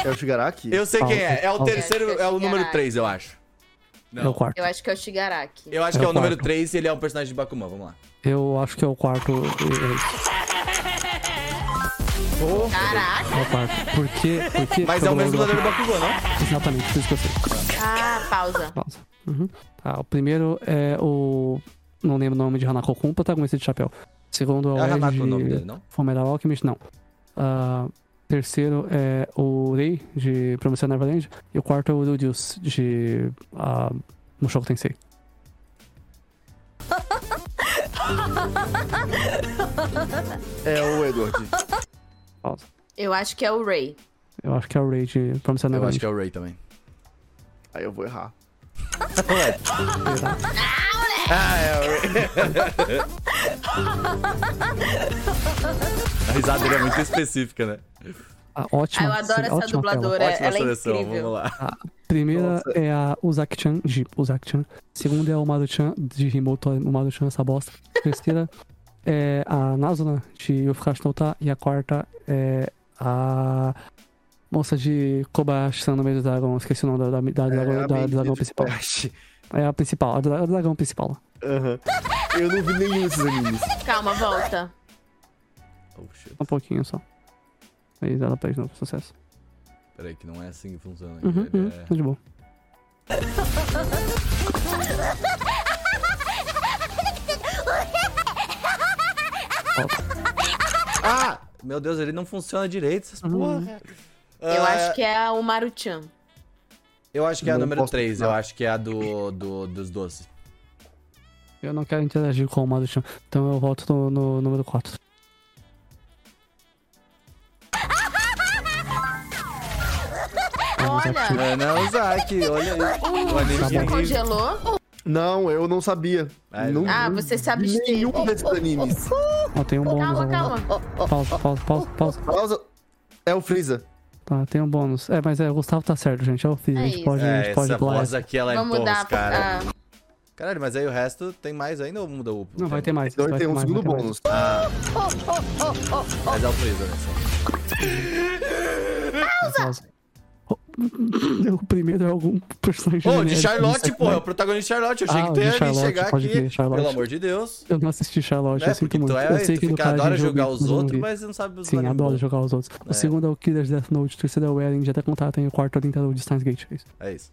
D: É o Shigaraki?
A: Eu sei
C: Ah,
A: quem é. É o
C: ah.
A: terceiro, é o número 3, eu acho.
C: É o quarto.
B: Eu acho que é o Shigaraki.
A: Eu acho que
C: É
A: é
C: o
A: o número
C: quarto.
A: 3 e ele é um personagem de Bakuman. Vamos lá.
C: Eu acho que é o quarto. É,
B: Caraca.
C: é o quarto. Por quê? Porque
A: Mas é o mesmo dublador do Bakuman, não?
C: Exatamente, por isso que eu sei.
B: Ah, pausa.
C: Pausa. Uhum. Tá, o primeiro é o. Não lembro o nome de Hanako Kun, protagonista de chapéu. Segundo é o
A: É
C: Ed
A: Hanako
C: de
A: o nome dele, não?
C: Fullmetal Alchemist, não. Ah, terceiro é o Rei de Promissão Neverland. E o quarto é o Rudius de ah, Mushoku Tensei.
D: É o Edward.
C: Pausa.
B: Eu acho que é o Ray.
C: Eu acho que é o Rei de Promissão
A: Eu acho
C: Neverland.
A: que é o Ray também.
D: Aí eu vou errar.
A: ah, é o Ray. A risada dele é muito específica, né?
C: Ah, ótima,
B: Ah, eu adoro essa
C: ótima tela.
B: dubladora.
A: Ótima
B: Ela é
A: seleção,
B: incrível.
A: vamos lá.
C: A primeira é a Uzaki-chan, de Uzaki-chan. Segunda é o Maru-chan, de Himoto Maru-chan, é essa bosta. Terceira é a Nazuna, de Yofukashi no Uta. E a quarta é a moça de Kobayashi-san no meio do dragão. Esqueci o nome da, da, da,
D: É
C: da,
D: a
C: da-
D: Mandy
C: do dragão
D: de
C: principal.
D: Flash.
C: É a principal, a dra- a dragão principal.
D: Aham. Eu não vi nenhum desses animes.
B: Calma, volta.
A: Oh, shit.
C: Um pouquinho só. Aí ela pede novo sucesso.
A: Peraí, que não é assim que funciona.
C: Uhum,
A: Ele
C: uhum,
A: é-
C: tá de boa.
A: Ah! Meu Deus, ele não funciona direito, essas porra. cara.
B: Eu
A: Ah,
B: acho que é o Maruchan.
A: eu acho que é a
D: Não
A: número
D: posso
A: 3, eu
D: falar.
A: acho que é a do, do- dos doces.
C: Eu não quero interagir com o Maruchan, então eu volto no, no número 4.
B: Olha,
A: Ana Ozaki, é olha aí. O anime incrível.
B: congelou.
D: Não, eu não sabia.
A: Ah,
D: não
A: ele-
B: Ah, você sabe
D: vi
B: Steve.
D: nenhum desses animes.
C: Ó, tem um bônus
B: Calma,
C: agora.
B: calma.
C: Pausa, pausa, pausa, pausa.
D: Causa- É o Freeza.
C: Tá, tem um bônus. É, mas é, o Gustavo tá certo, gente. Eu fiz, a
B: É
C: gente
B: isso.
C: pode, a
A: É,
C: gente pode
A: essa
C: pular.
A: voz aqui, ela é
B: Vamos
A: bons,
B: mudar Ah.
A: cara.
B: a. a-
A: Caralho, mas aí o resto tem mais ainda ou muda o...
C: Não, vai ter mais.
D: Então
C: vai
D: tem
C: ter
D: um
C: mais,
D: segundo
C: vai ter mais.
D: bônus.
A: Mas é o Freeza, né? só.
C: Pausa. O- O primeiro é algum personagem.
A: Ô, de
C: genérico, não
A: Charlotte,
C: sei
A: porra, é o
C: como
A: protagonista de Charlotte. Eu achei
C: Ah,
A: que
C: o
A: tu
C: de
A: ia vir
C: Charlotte,
A: chegar
C: pode
A: aqui.
C: crer, Charlotte.
A: Pelo amor de Deus.
C: é. Eu não assisti Charlotte,
A: É,
C: eu
A: porque
C: sinto
A: tu
C: muito.
A: é,
C: eu sei
A: tu
C: que do
A: fica,
C: cara
A: adora
C: de jogo,
A: jogar os
C: mas eu não
A: outros,
C: vi.
A: mas não sabe os
C: Sim,
A: animes
C: adoro
A: bons.
C: jogar os outros.
A: É.
C: O segundo é o Killer de Death Note, o terceiro é o Eren, de até contato, e o quarto é o Tentador de Steins Gate. É isso.
A: É isso.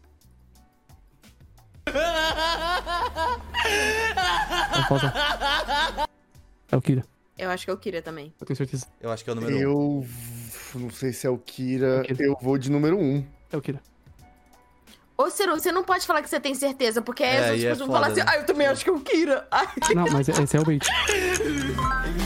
C: Então, pausa. É o Killer,
B: Eu acho que eu queria também.
C: eu tenho certeza.
A: Eu acho que é o número 1. Um.
D: Eu v- não sei se é o Kira.
C: Kira.
D: Eu vou de número 1. Um.
C: É o Killer.
B: Ô, Ciro, você não pode falar que você tem certeza, porque aí
A: É,
B: as
A: aí
B: outras
A: é
B: pessoas vão falar
A: foda,
B: assim,
A: né?
B: ah, eu também acho que eu queira. Ai,
C: Não, mas esse é o bait.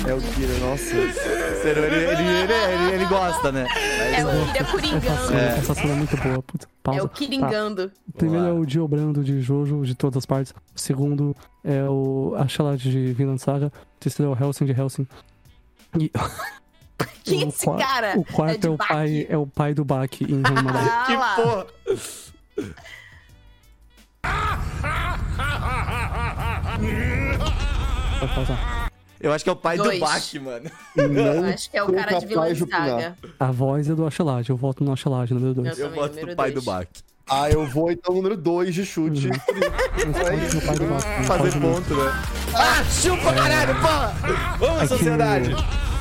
D: É o Kira, nossa.
A: É, Ele, ele, ele, é, ele, ele gosta, né?
B: é
A: Mas,
B: o Kira
C: Essa
B: coringando.
C: cena,
B: É,
A: É.
C: essa cena é muito boa, puta. Pausa.
B: o Kiringando.
C: Tá, primeiro é
A: Vamos lá.
C: o Diobrando de Jojo, de todas as partes. O segundo é o Achelat de Vinland Saga. O terceiro é o Helsing de Helsing. E
B: Quem é
C: o
B: esse
C: qua-
B: cara?
C: O
B: É de
C: quarto é, o
B: Baki?
C: pai, é o pai do Baki em Hanmadai.
B: Ah,
A: Que
B: lá.
A: porra!
C: Pode pausar.
A: Eu acho que é o pai
B: Dois.
A: do Bach, mano.
B: Eu
D: Não
B: acho que é o
D: sou
B: cara de vilão
D: capaz
B: de
D: de opinar.
B: saga.
C: A voz é do Achelat, eu volto no Achelat, número 2.
B: Eu
A: Eu
B: também,
A: gosto do
B: número
A: pai
B: dois.
A: do Bach.
D: Ah, eu vou então número 2 de chute.
C: Uhum. O pai do Baki. não
A: Fazer
C: pode não.
A: ponto, né? Ah, chupa, caralho, porra! Vamos, sociedade!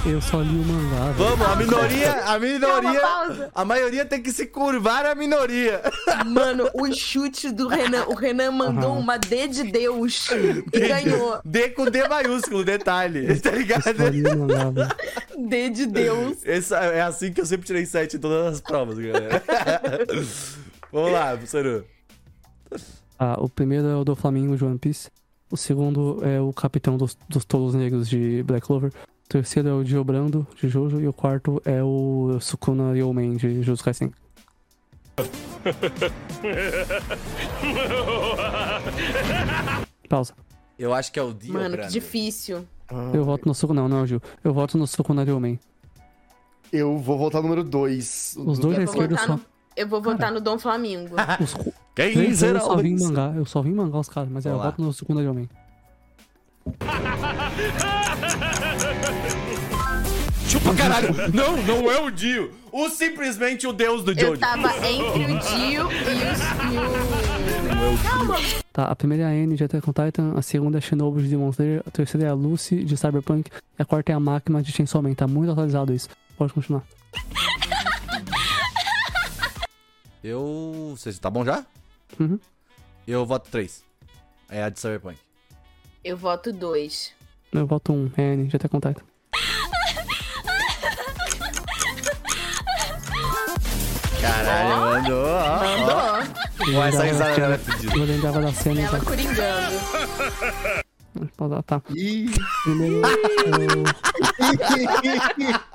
C: Eu só li o mangá. velho.
A: Vamos, a minoria, a minoria.
B: Calma, pausa.
A: a maioria tem que se curvar a minoria.
B: Mano, o chute do Renan. O Renan mandou uma D de Deus e ganhou.
A: D com D maiúsculo, detalhe. Tá
C: Eu só
A: ligado?
C: li o mangá, velho.
B: D de Deus.
A: Essa- é assim que eu sempre tirei 7 em todas as provas, galera. Vamos lá, Saru.
C: Ah, o primeiro é o do Flamengo de One Piece. O segundo é o Capitão dos, dos Tolos Negros de Black Clover. O terceiro é o Diobrando de Jojo. E o quarto é o Sukuna Ryomen de Jujutsu Kaisen. Pausa.
A: Eu acho que é o dia.
B: Mano, que
A: Brander.
B: difícil.
C: Eu voto no soco, não, não, Gil. Eu voto no soco na Deoman.
D: Eu vou voltar no número 2.
C: Os dois à
B: Eu vou
C: esquerda
B: votar
C: só.
B: no, eu vou votar no Dom Flamingo.
C: Os cu-
A: Quem
C: três
A: será
C: anos eu só
A: o
C: vim mangá. Eu só vim mangá os caras, mas eu
A: Vamos lá.
C: voto no soco na Deoman.
A: Chupa caralho! Não, não é o Dio! O simplesmente o deus do
B: Eu tá-
A: Jojo.
B: tava entre o Dio e o. Calma,
C: Tá, a primeira é a N de Attack on Titan, a segunda é a Shinobu de Demon Slayer, a terceira é a Lucy de Cyberpunk, e a quarta é a Máquina de Chainsaw Man. Tá muito atualizado isso. Pode continuar.
A: Eu. Você tá bom já?
C: Uhum.
A: Eu voto 3. É a de Cyberpunk.
B: eu voto dois.
C: Eu voto um, é a N de Attack on Titan.
A: Caralho, mandou. Ó,
B: Ó,
A: ó. Ué, essa risada não é pedida.
C: Eu lembrava da cena,
B: ela
C: então.
B: coringando.
C: Pausa, Tá.
D: Ih!
C: Primeiro, é eu...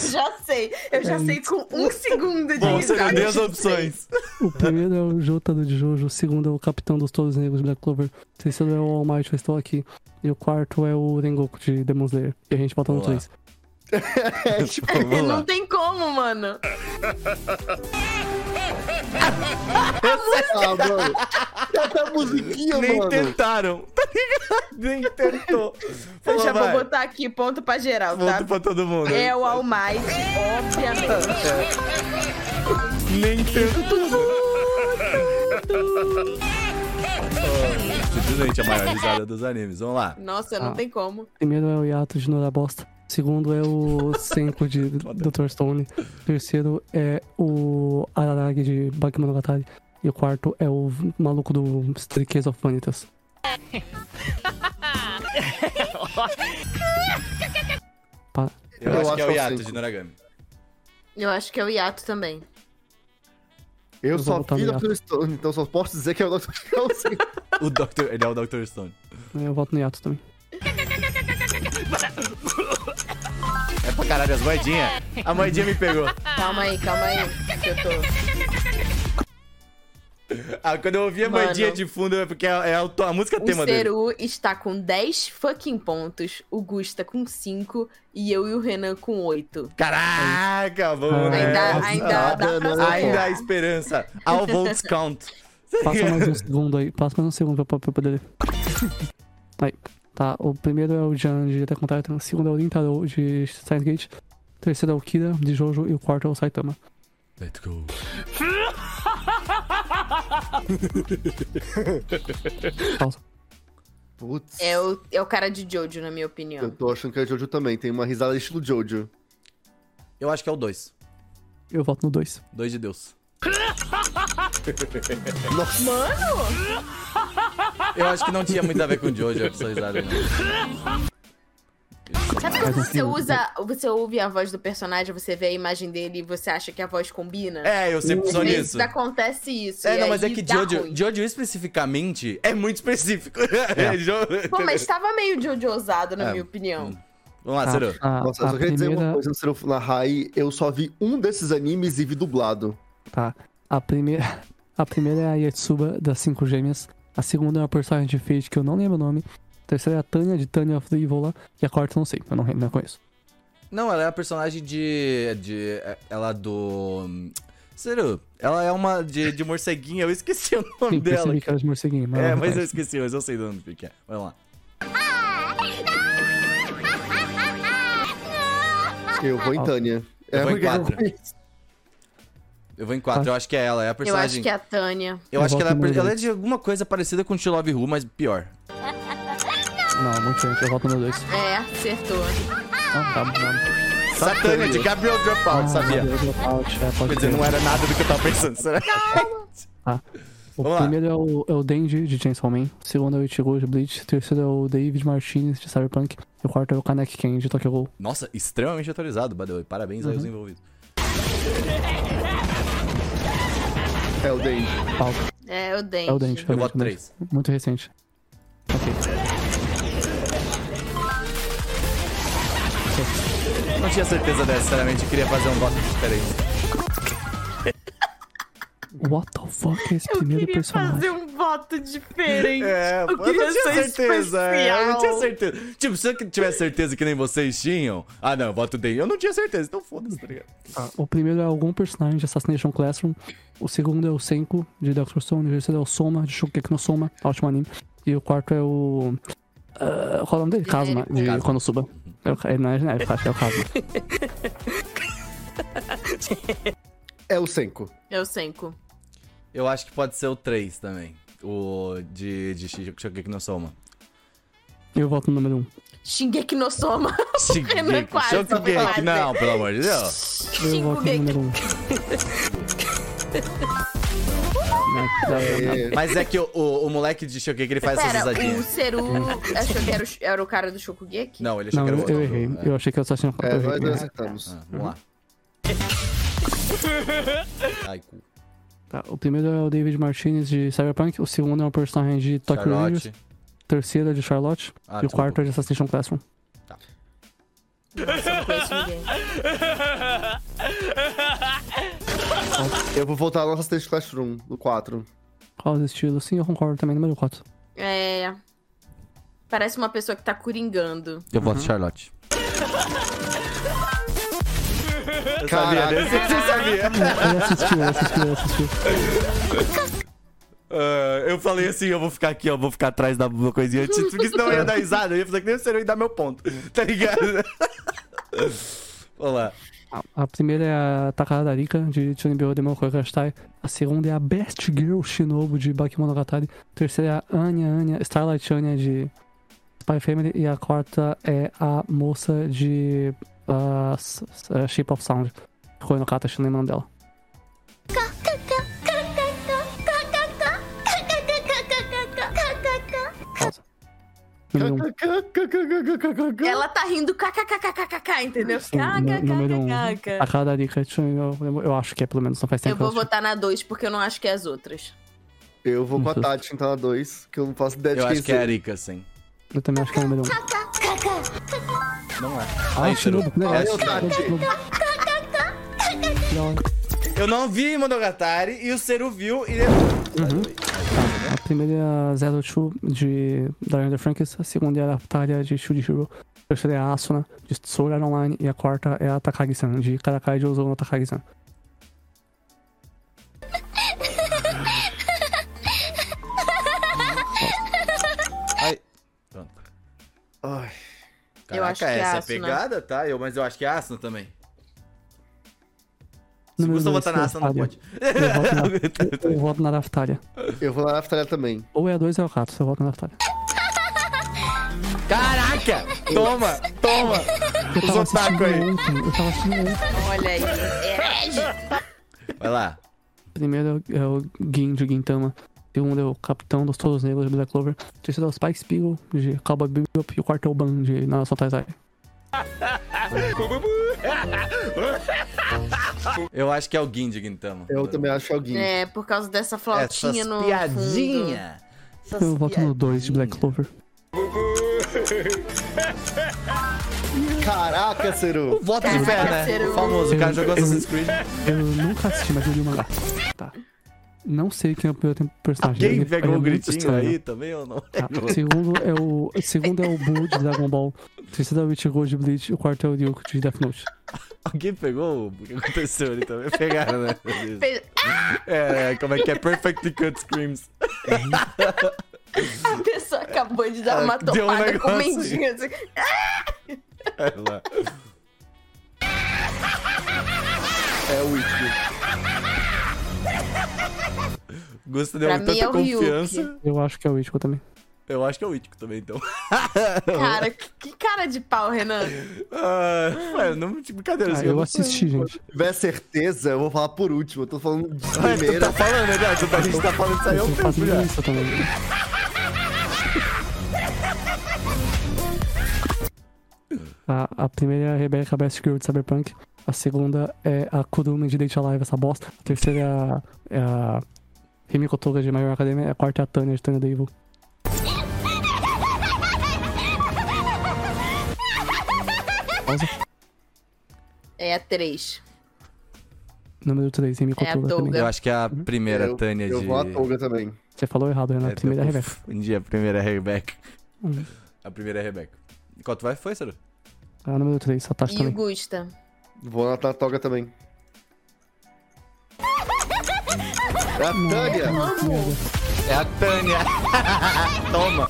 B: Já sei. Eu já sei com um segundo de
A: Bom,
B: risada.
A: seriam 10 opções.
C: o primeiro é o Jota do Jojo, o segundo é o Capitão dos Todos Negros de Black Clover, o terceiro é o All Might, eu estou aqui, e o quarto é o Rengoku de Demon Slayer. E a gente vota no
A: Boa.
C: 3.
D: É, tipo,
A: Vamos lá.
B: Não tem como, mano.
D: ah, mano. Até a musiquinha,
A: Nem
D: mano.
A: tentaram, tá ligado? Nem tentou.
B: Eu
A: Falou,
B: já vou
A: Então vai,
B: botar aqui ponto pra geral,
A: Ponto
B: tá?
A: pra todo mundo.
B: É o All Might, obviamente.
A: Nem tentou. Simplesmente a maior risada dos animes. Vamos lá.
B: Nossa, não
C: Ah.
B: tem como.
C: Primeiro é o Yato de Nora Bosta. Segundo é o Senko de Dr. Stone. Terceiro é o Araragi de Bakemonogatari. E o quarto é o maluco do Strikes of Vanitas. Pa-
A: Eu, acho, que é o Yato de Noragami.
B: Eu acho que é o Yato também.
D: Eu
C: Eu vou
D: só
C: botar
D: vi
C: no gato.
D: Dr. Stone, então só posso dizer que é o Dr. Stone.
A: O Dr. Ele é o Dr. Stone.
C: Eu voto no Yato também.
A: É pra caralho as moedinhas. A moedinha me pegou.
B: Calma aí, calma aí. que eu tô.
A: Ah, quando eu ouvi a
B: Mano.
A: moedinha de fundo, é porque é, é a, to- a música tema
B: O
A: dele.
B: Seru está com 10 fucking pontos, o Gusta com 5 e eu e o Renan com 8.
A: Caraca, vamos
C: Ainda-
A: nessa.
B: ainda dá pra
A: Ainda
B: superar.
A: há esperança. All votes count.
C: Passa mais um segundo aí. Passa mais um segundo pra, pra poder ler. Aí. Tá. O primeiro é o Jan de Attack on Titan. O segundo é o Rintaro de Steins Gate. O terceiro é o Kira de Jojo. E o quarto é o Saitama.
A: Let's go.
C: Pausa.
D: Putz.
B: É o, é o cara de Jojo, na minha
D: Eu
B: opinião.
D: tô achando que é Jojo também. Tem uma risada estilo Jojo.
A: Eu acho que é o 2.
C: Eu voto no 2.
A: 2 de Deus.
D: Nossa.
A: Eu acho que não tinha muito a ver com o Jojo, essa risada. né? Não.
B: Sabe quando
C: Faz um
B: você
C: filme.
B: usa, você ouve a voz do personagem, você vê a imagem dele e você acha que a voz combina?
A: É, eu sempre sou
B: Às vezes
A: nisso.
B: acontece isso.
A: É,
B: e
A: não, mas é
B: aí
A: que
B: dá
A: Jojo,
B: tá ruim.
A: Jojo especificamente é muito específico. É, Jo-
B: Pô, mas tava meio Jojo ousado, na
A: É.
B: minha opinião.
A: Vamos lá,
C: Tá,
A: Seru.
C: a-
D: Nossa, eu
C: a
D: só queria dizer uma
C: primeira-
D: coisa antes de eu narrar aí. Eu só vi um desses animes e vi dublado.
C: Tá. A primeira, a primeira é a Yetsuba das Cinco Gêmeas. A segunda é uma personagem de Fate que eu não lembro o nome. A terceira é a Tanya de Tanya of the Evil lá. E a quarta eu não sei, eu não, não conheço.
A: Não, ela é a personagem de. de ela do. Seru, ela é uma de, de morceguinha, eu esqueci o nome
C: Sim,
A: dela.
C: percebi que era de morceguinho, mas.
A: É,
C: não
A: mas eu
C: conheço.
A: esqueci, mas eu sei de onde que é. Vamos lá.
D: Eu vou em Tânia. É,
A: Eu vou em
D: porque
A: quatro. Eu vou em quatro, eu acho que é ela, é a
B: Tá. Eu acho
A: personagem.
B: que é a Tânia.
A: Eu acho que,
C: Eu
A: ela,
C: voto
A: é,
C: no
A: ela é
C: dois.
A: de alguma coisa parecida com She Love Who, mas pior.
C: Não, muito diferente. Eu voto no 2.
B: É, acertou.
C: Ah, tá, Ah, não.
A: Satânia, Ah. de Gabriel Dropout, sabia? Quer
C: é,
A: dizer, não era nada do que eu tava pensando, será?
C: O
A: Vamos lá.
C: primeiro é o, é o Denji de Chainsaw Man, o segundo é o Ichigo de Bleach, o terceiro é o David Martinez de Cyberpunk, e o quarto é o Kaneki Ken de Tokyo Ghoul.
A: Nossa, extremamente atualizado, by the way. Parabéns aí aos envolvidos.
D: É o Dave.
C: Pausa.
B: É, o dente.
C: É o Dente.
A: Eu voto três.
C: Muito recente. Ok.
A: Não tinha certeza dessa, sinceramente, eu queria fazer um voto diferente.
C: What the fuck é esse
B: Eu
C: primeiro
B: queria
C: personagem?
B: fazer um voto diferente.
A: É,
B: eu
A: pô,
B: queria
A: não tinha
B: ser
A: certeza. É, eu não tinha
B: especial.
A: certeza. Tipo, se eu que tivesse certeza que nem vocês tinham. Ah, não, eu voto dei. Eu não tinha certeza, então foda-se, tá ligado?
C: Ah, O primeiro é algum personagem de Assassination Classroom. O segundo é o Senko, de Doctor Stone. O terceiro é o Soma, de Shokugeki no Soma. Ótimo anime. E o quarto é o... ah, qual é o nome dele? Kazuma, de
A: Kazuma.
C: Konosuba. É o, Ka- é, não é, não é, acho que é o Kazuma.
D: É o Senko.
B: Eu senco.
A: Eu acho que pode ser o 3 também. O de, de Shi- Shokugeki no Soma.
C: Eu voto no número um.
B: Shingeki no Soma. Renan,
A: Shingeki,
B: é quase,
A: Shokugeki,
B: quase.
A: não, pelo amor de Deus.
C: Eu voto no
B: Shingeki.
C: número um. Não, não, não, não.
D: É,
A: Mas é que o, o, o moleque de Shokugeki, ele faz essas
B: Pera, o
A: risadinhas.
B: Seru achou que era o, era o cara do Shokugeki?
A: Não, ele achou
C: Não,
A: que era
C: eu,
A: outro.
C: eu errei.
A: É.
C: Eu achei que eu só tinha...
D: é,
C: eu
D: nós
C: errei.
D: dois acertamos.
A: Ah, vamos lá. Ai, cu.
C: Tá, o primeiro é o David Martinez de Cyberpunk, o segundo é um personagem de Tokyo Rangers,
A: Charlotte.
C: o terceiro é de Charlotte
A: Ah,
C: e o
A: desculpa.
C: quarto é de Assassination Classroom.
B: Nossa, eu não conheço ninguém.
D: Eu vou voltar lá no Assassin's Classroom, no 4.
C: Qual os estilos? Sim, eu concordo também, número 4.
B: É. Parece uma pessoa que tá coringando.
A: Eu voto Charlotte. Eu sabia,
D: Caraca.
A: né? Você você sabia.
C: Ele assistiu, ele assistiu, ele assistiu.
A: Ah, eu falei assim, eu vou ficar aqui, ó, vou ficar atrás da coisinha antes, porque senão eu ia dar risada, eu ia fazer que nem o Serão e dar meu ponto, tá ligado? Vamos lá.
C: A primeira é a Takahata Rika de Chunibyo Demokoi Kastai, a segunda é a Best Girl Shinobu de Bakemonogatari, a terceira é a Anya Anya, Starlight Anya de Spy Family e a quarta é a moça de ah, S- S- ah, Shape of Sound, Koi no Kata, acho que eu não lembro o nome dela. Pausa. Número 1.
B: Ela tá rindo kkkkkkk, entendeu?
C: número Tá, 1. A
B: Kkkkkkk.
C: cada dica, deixa eu, eu- eu acho que é pelo menos, não faz tempo.
B: Eu vou
C: que eu assisti.
B: votar na 2 porque eu não acho que é as outras.
D: Eu vou com a
C: Justo.
D: Tati tentar na 2, que eu não faço ideia de
A: Eu
D: quem
A: acho que é a Erika, sim.
C: Eu também acho que é o número 1.
A: Não é.
C: Ah,
A: Aí, Seru.
C: Shinobu. Legal.
A: É,
D: Shinobu.
C: Da hora.
A: Eu não vi Monogatari e o Seru viu e...
C: A primeira é a Zero Two de Diana Franks, a segunda é a Talia de Shujihiro, a terceira é a Asuna de Sword Art Online e a quarta é a Takagi-san de Karakai de Ozono Takagi-san.
A: Ai. Pronto.
D: Ai,
A: Caraca,
B: acho que é
A: essa é a
B: Asuna.
A: pegada, tá? Eu, mas eu acho que é Asuna também. Se
C: Número
A: Gustavo
C: dois,
A: votar na Asuna, não
C: Talia.
A: pode.
C: Eu voto na- Eu voto na Raftalia.
D: eu vou lá na Aftalia também.
C: Ou é a 2 ou é a 4, eu voto na Raftalia.
A: Caraca! Toma, toma! Os otaku aí.
C: ontem, eu tava assistindo ontem.
B: Olha aí. herege.
A: Vai lá.
C: Primeiro é o Gin de Gintama, segundo é o Capitão dos Todos Negros de Black Clover, terceiro é o Spike Spiegel de Cowboy Bebop e o quarto é o Ban de Naruto Taizai.
A: Eu acho que é o Gindi Gintama.
D: Eu também acho alguém.
B: É, por causa dessa
A: Essas
B: flautinha no. fundo.
A: piadinha. Essas
C: Eu voto no 2 de Black Clover.
D: Caraca, Ceru!
A: Voto de fé,
B: Caraca,
A: né?
B: Seru.
A: O famoso, o cara jogou Assassin's Creed.
C: Eu nunca assisti, mas eu li o mangá. Tá. Não sei quem é o primeiro tem- personagem.
A: Alguém
C: Ele- ele
A: pegou
C: é
A: o
C: muito
A: gritinho
C: estranho.
A: aí também ou não?
C: Tá. O Segundo é o. o Segundo é o Blue de Dragon Ball. O terceiro é o Ichigo de Bleach. O quarto é o Ryuk de Death Note.
A: Alguém pegou o que aconteceu ali também? Pegaram, né?
B: Fez-
A: É, como é que é? Perfectly Cut Screams.
B: A pessoa acabou de dar uma
A: Deu um
B: topada com o
A: negócio.
B: mendinho. assim.
A: Vai lá.
D: É o Wiki.
A: Gusta deu
B: Pra mim
A: tanta
B: é o Ryuk.
A: confiança.
C: Eu acho que é o Ichigo também.
A: Eu acho que é o Ítico também, então.
B: Cara, que que cara de pau, Renan.
A: Ah, ué, não, tipo, brincadeira.
C: Ah,
A: assim,
C: eu
A: não-
C: assisti, gente.
D: Se tiver certeza, eu vou falar por último. Eu tô falando de
A: Ah, tu
D: primeira.
A: tá falando, né? Dado? Tu tá- A gente tá falando isso aí há
C: Eu
A: um
C: tô
A: tempo
C: fazendo
A: já.
C: isso também. A, a primeira é a Rebecca Best Girl de Cyberpunk. A segunda é a Kurumi de Date Alive, essa bosta. A terceira é a, é a Himiko Toga de Maior Academia. A quarta é a Tanya de Tanya the Evil. Pausa.
B: É a 3.
C: número 3 em Mikotura
B: Touga.
C: também.
A: Eu acho que é a
C: Uhum.
A: primeira
D: eu,
A: Tânia
D: eu
A: de.
D: vou à Toga também.
C: Você falou errado, Renato. primeira é
A: eu-
C: Rebeca.
A: Um dia, a primeira é Rebeca.
C: Hum.
A: A primeira é Rebeca. Qual tu vai? Foi, Ciro?
C: A número 3, Satoshi
B: E o
C: também.
B: Gusta.
D: Vou na Ta- Toga também. É a Tânia!
B: Amo.
A: É a Tânia. Toma.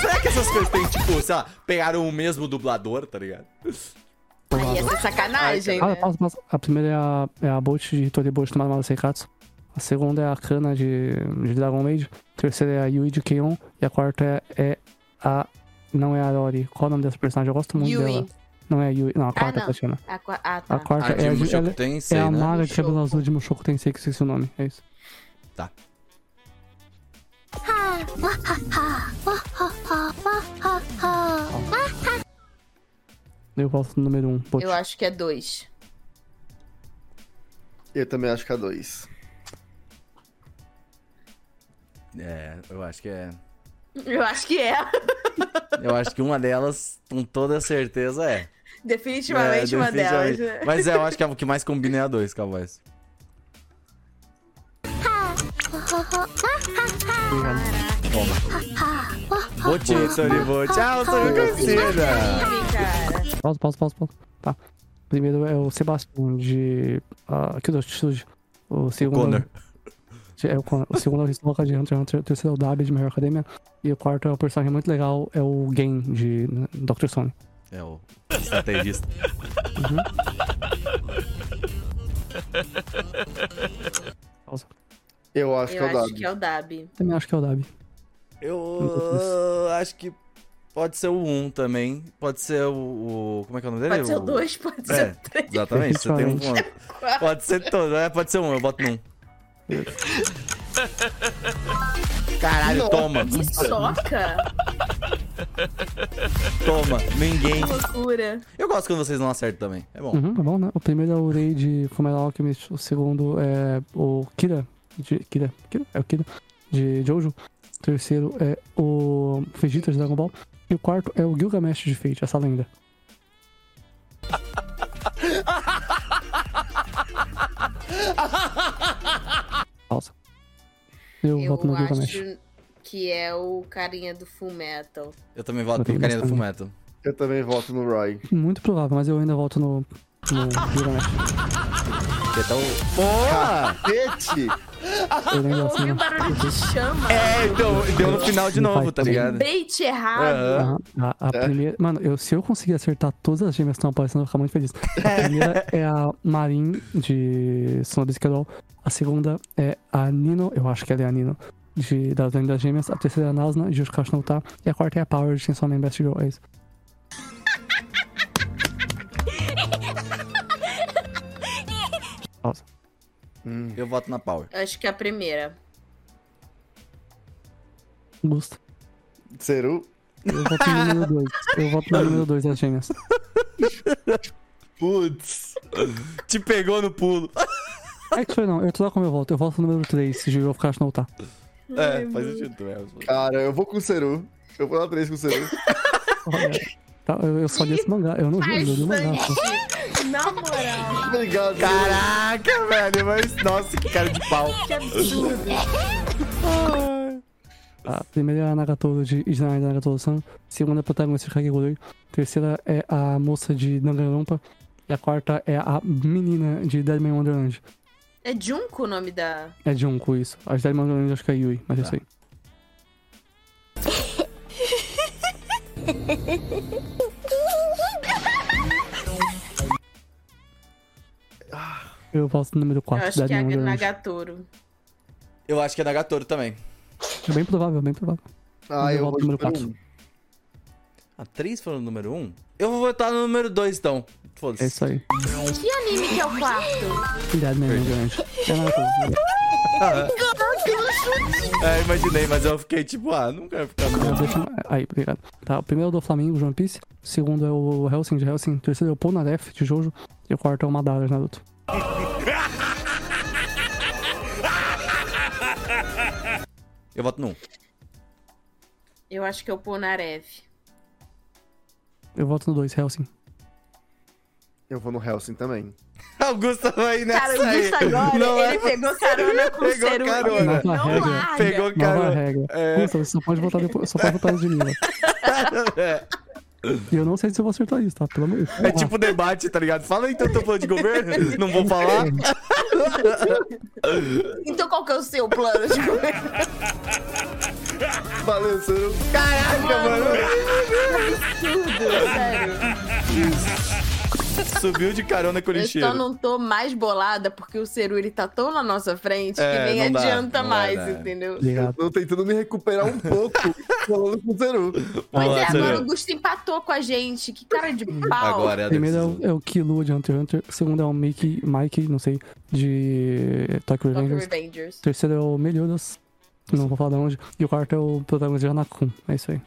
A: Será que essas coisas têm, tipo, sei lá, pegaram o mesmo dublador, tá ligado?
B: Aí essa é sacanagem,
C: Ah,
B: né?
C: pausa, pausa. A primeira é a, é a Bolt de Toribot tomada Mala Seikatsu. A segunda é a Kana de, de Dragon Maid. A terceira é a Yui de Keion. E a quarta é, é a. Não é a Arori. Qual o nome dessa personagem? Eu gosto muito dela.
B: Yui.
C: Não é a Yui. Não, a quarta é a
B: não.
C: Tatiana.
B: A, qua- ah, um tá.
C: A quarta
A: de
C: é a.
A: Mushoku
C: ela-
A: Tensei,
C: é a
A: né?
C: maga de cabelo
B: Mushoku.
C: azul de Mushoku Tensei, que eu esqueci o nome. É isso. Eu gosto do número 1. Um, Bolt.
B: Eu acho que é dois.
D: Eu também acho que é a 2.
A: É, eu acho que é.
B: Eu acho que é.
A: Eu acho que uma delas, com toda certeza, é.
B: Definitivamente
A: É,
B: uma delas.
A: definitivamente.
B: né?
A: Mas é, eu acho que é o que mais combina é a dois, Cowboys. Toma. Bote, Sonibote. Tchau, Sonibote.
B: Sim, cara.
C: Pausa, pausa, pausa, pausa. Tá. Primeiro é o Sebastião de. Uh, Kido Shisuji. O segundo.
A: Connor.
C: É o Connor. O segundo é o Hisoka de Hunter x Hunter. O terceiro é o Dabi de Melhor Academia. E o quarto é o personagem muito legal, é o Gen de né, Dr. Sony.
A: É o estrategista.
C: Pausa.
D: Eu acho
B: Eu
D: que é o
B: acho que
D: W.
B: é o Dab.
C: Também acho que é o Dabi.
A: Eu ah, acho que pode ser o 1 um também. Pode ser o, o- Como é que é o nome dele?
B: Pode ser o dois, pode
A: É,
B: ser o três.
A: Exatamente, você tem um ponto.
B: quatro.
A: Pode ser todo, é, pode ser um, eu boto num. Caralho, toma,
B: Que soca!
A: toma, ninguém.
B: Que loucura.
A: Eu gosto quando vocês não acertam também, é bom.
C: Uhum, tá bom, né? O primeiro é o Rei de Fullmetal Alchemist. O segundo é o Kira. De, Kira. Kira? É o Kira. De Jojo. O terceiro é o Vegeta de Dragon Ball. E o quarto é o Gilgamesh de Fate, essa lenda. Pausa. Eu, voto
B: Eu
C: no Gilgamesh.
B: acho que é o carinha do Full Metal.
A: Eu também voto
C: Também
A: no Carinha do
C: gosto
A: Fumeto.
D: Eu também voto no Roy.
C: Muito provável, mas eu ainda voto no, no Gilgamesh.
A: Então, porra!
D: Pete!
C: Eu lembro
B: Ouvi o
C: assim.
B: barulho de chama.
A: É, então, deu no final de novo, tá ligado?
B: Bait errado.
A: Aham.
C: Aham, A, a primeira. Mano, eu, se eu conseguir acertar todas as gêmeas que estão aparecendo, eu vou ficar muito feliz. A primeira é a Marin de Sonobis Carol. A segunda é a Nino, eu acho que ela é a Nino, de, das Lendas Gêmeas. A terceira é a Nasna, de Jutsu não tá. E a quarta é a Power de Chainsaw Man Best Girl. É isso. Pausa.
A: Eu voto na Power.
B: Eu Acho que é a primeira.
C: Gusto.
D: Seru?
C: Eu voto no número 2. Eu voto no número 2 das gêmeas.
A: Putz, te pegou no pulo.
C: É que foi não, eu troco meu voto. Eu voto no número 3 de Jutsu não tá.
A: É, faz sentido, é.
D: Cara, eu vou com o Seru. Eu vou na 3 com o Seru.
C: Olha, tá, eu, eu só li esse mangá, eu não vi, eu li o mangá. tá? pô.
B: Na moral,
D: Obrigado, Seru.
A: Caraca, velho, mas nossa, que cara de pau.
B: que absurdo.
C: A primeira é a Nagatoro de Izanai da Nagatoro-san, segunda é a protagonista de Kagegurui, terceira é a moça de Danganronpa, e a quarta é a menina de Deadman Wonderland.
B: É Junko o nome da.
C: É Junko isso. A de Deadman Wonderland eu acho que é Yui, mas é isso aí. Eu voto no número
B: Eu
C: 4,
B: acho que é a
C: Deadman Wonderland.
B: Nagatoro.
A: Eu acho que é da Gatoro também.
C: É bem provável, bem provável.
D: Ah,
C: Eu
D: eu
C: voto
D: vou
C: número
D: número 4.
C: quatro.
A: A 3 foi no número 1? Um? Eu vou votar no número 2, então.
C: É
A: Foda-se.
C: isso aí.
B: Que anime que é o quarto?
C: Deadman Wonderland. É Nagatoro.
A: É, imaginei, mas eu fiquei tipo, ah, não quero ficar no.
C: Eu deixo- Aí, obrigado. Tá, o primeiro é o do Flamengo, de One Piece. O segundo é o Helsing de Helsing. O terceiro é o Polnareff de Jojo. E o quarto é o Madara de Naruto.
A: Eu voto no 1.
B: Eu acho que é o Ponarev.
C: Eu voto no dois Helsing.
D: Eu vou no Helsing também.
A: Augusto vai nessa
B: Cara, o Gusto
A: aí.
B: agora,
A: Não é
B: ele um pegou carona com
A: Pegou
B: o Ceru.
A: carona.
B: Não
C: Nova regra.
B: larga.
A: Pegou
C: Nova
A: carona.
C: regra.
A: É.
C: Gusta, você só pode votar depois, só pode votar antes de mim, né? E eu não sei se eu vou acertar isso, tá? Pelo amor de Deus.
A: É tipo debate, tá ligado? Fala então teu plano de governo, não vou falar.
B: Então qual que é o seu plano de governo?
D: Balançando.
A: Caraca, mano.
B: Sério.
A: Subiu de carona com o
B: Eu
A: lixeiro.
B: só não tô mais bolada porque o Ceru ele tá tão na nossa frente
A: É,
B: que nem
A: não dá,
B: adianta
A: não vai
B: mais,
A: dar.
B: entendeu?
C: Obrigado.
D: Tô tentando me recuperar um pouco falando com o Zeru.
B: Pois
A: Vamos
B: é,
A: lá,
B: agora o
A: Ceru.
B: Gusto empatou com a gente. Que cara de pau.
A: Agora é a
C: Primeiro é
A: decisão.
C: o, é o Killua de Hunter x Hunter. Segundo é o Mickey, Mike, não sei, de
B: Tokyo
C: Tokyo Revengers.
B: Revengers.
C: Terceiro é o Meliodas. Não vou falar de onde. E o quarto é o protagonista de Hanakun. É isso aí.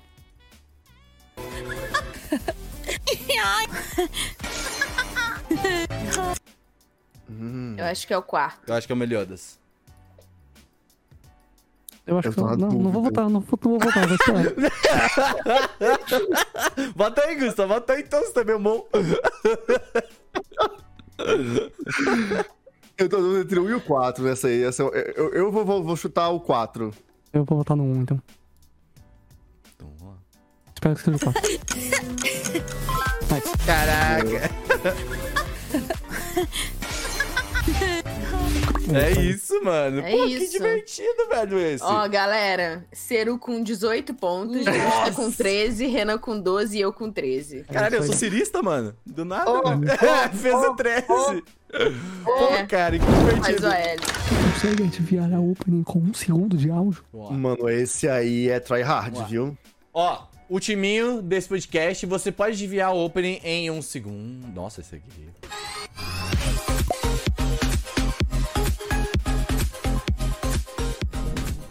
B: Eu
A: Hum.
B: acho que é o quarto.
A: Eu acho que é o Meliodas.
C: Eu acho
D: Eu
C: que.
D: tô
C: eu-
D: na
C: Não, não vou
D: dúvida.
C: votar, não, vou- não vou votar, vou esperar.
A: Bota aí, Gustavo. Bota aí então, você tá meio bom.
D: Eu tô dando entre o 1 e o 4 nessa aí. Essa, eu eu, eu vou, vou, vou chutar o 4.
C: Eu vou votar no 1, então. Espero que seja o 4.
A: Caraca. É isso, mano.
B: É
A: Pô, que
B: isso.
A: divertido, velho, esse.
B: Ó, galera, Ceru com 18 pontos, Gusta com 13, Renan com 12 e eu com 13.
A: Caralho, eu
C: Isso
A: sou
C: aí.
A: cirista, mano. Do nada.
D: Oh,
A: mano. Fez o 13.
B: É.
A: Pô, cara, que
B: Mas,
A: divertido.
B: ó, L,
C: Consegue adivinhar a opening com um segundo de áudio?
A: Ó,
D: Mano, esse aí é tryhard,
A: Vamos lá.
D: viu?
A: Hum. Ó, o timinho desse podcast, você pode desviar o opening em um segundo. Nossa, esse aqui.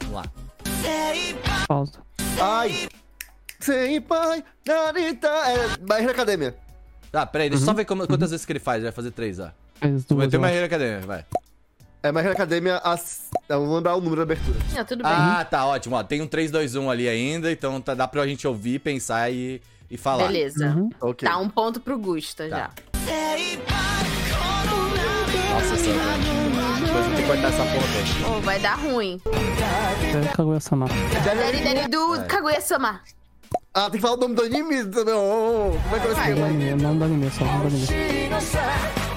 A: Vamos lá.
C: Pausa.
D: Ai! Sem pai, Narita! É, Barreira Academia.
A: Tá, peraí, deixa eu só ver como- quantas vezes que ele faz. Ele vai fazer três, ó.
C: As
A: Vai
C: duas.
A: ter
C: Uhum. eu
A: uma
C: acho.
A: regra acadêmica, vai.
D: É Barreira Academia. As... Eu vou lembrar o número da abertura.
B: não, tudo bem.
A: Ah, tá ótimo. Ó, tem um 3, 2, 1 ali ainda, então tá, dá pra gente ouvir, pensar e, e falar.
B: Beleza.
C: Uhum.
D: Ok.
B: Tá um ponto pro Gusta já.
A: Nossa senhora. Depois eu vou ter que cortar essa porra.
B: Ô, vai dar ruim.
C: É Kaguya-sama.
B: Dani, Dani, do Kaguya-sama.
D: Ah, tem que falar o nome do anime? do- do- oh, oh, Como é que eu
C: É do
D: escrevo?
C: anime, é nome do anime só. Nome do anime.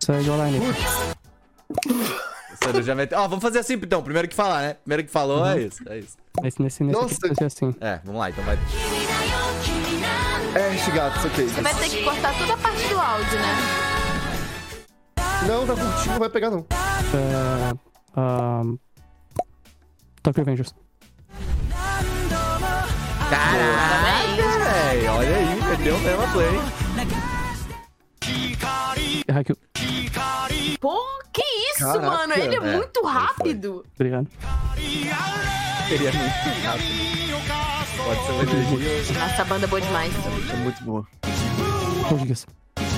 C: Isso é de online.
A: Você já vai ter... Ó, vamos fazer assim então. Primeiro que falar, né? Primeiro que
C: Uhum.
A: falou, é isso. É isso.
C: Mas nesse, nesse aqui
D: Nossa.
C: vai ser assim.
A: É, vamos lá, então vai.
D: É, Shigatsu, ok.
B: Você vai ter que cortar toda a parte do áudio, né?
D: Não, tá curtindo, não vai pegar não.
C: É, ahn, Tokyo Revengers.
A: Caraca, velho. Olha aí, perdeu mesmo a play.
C: É Haikyuu.
B: Pô, que isso,
D: Caraca.
B: mano? Ele é,
A: É,
B: muito
A: ele foi.
B: rápido.
C: Obrigado.
A: Seria muito rápido. Pode ser uma energia.
B: Nossa, a banda é boa demais.
D: É muito boa.
C: Português.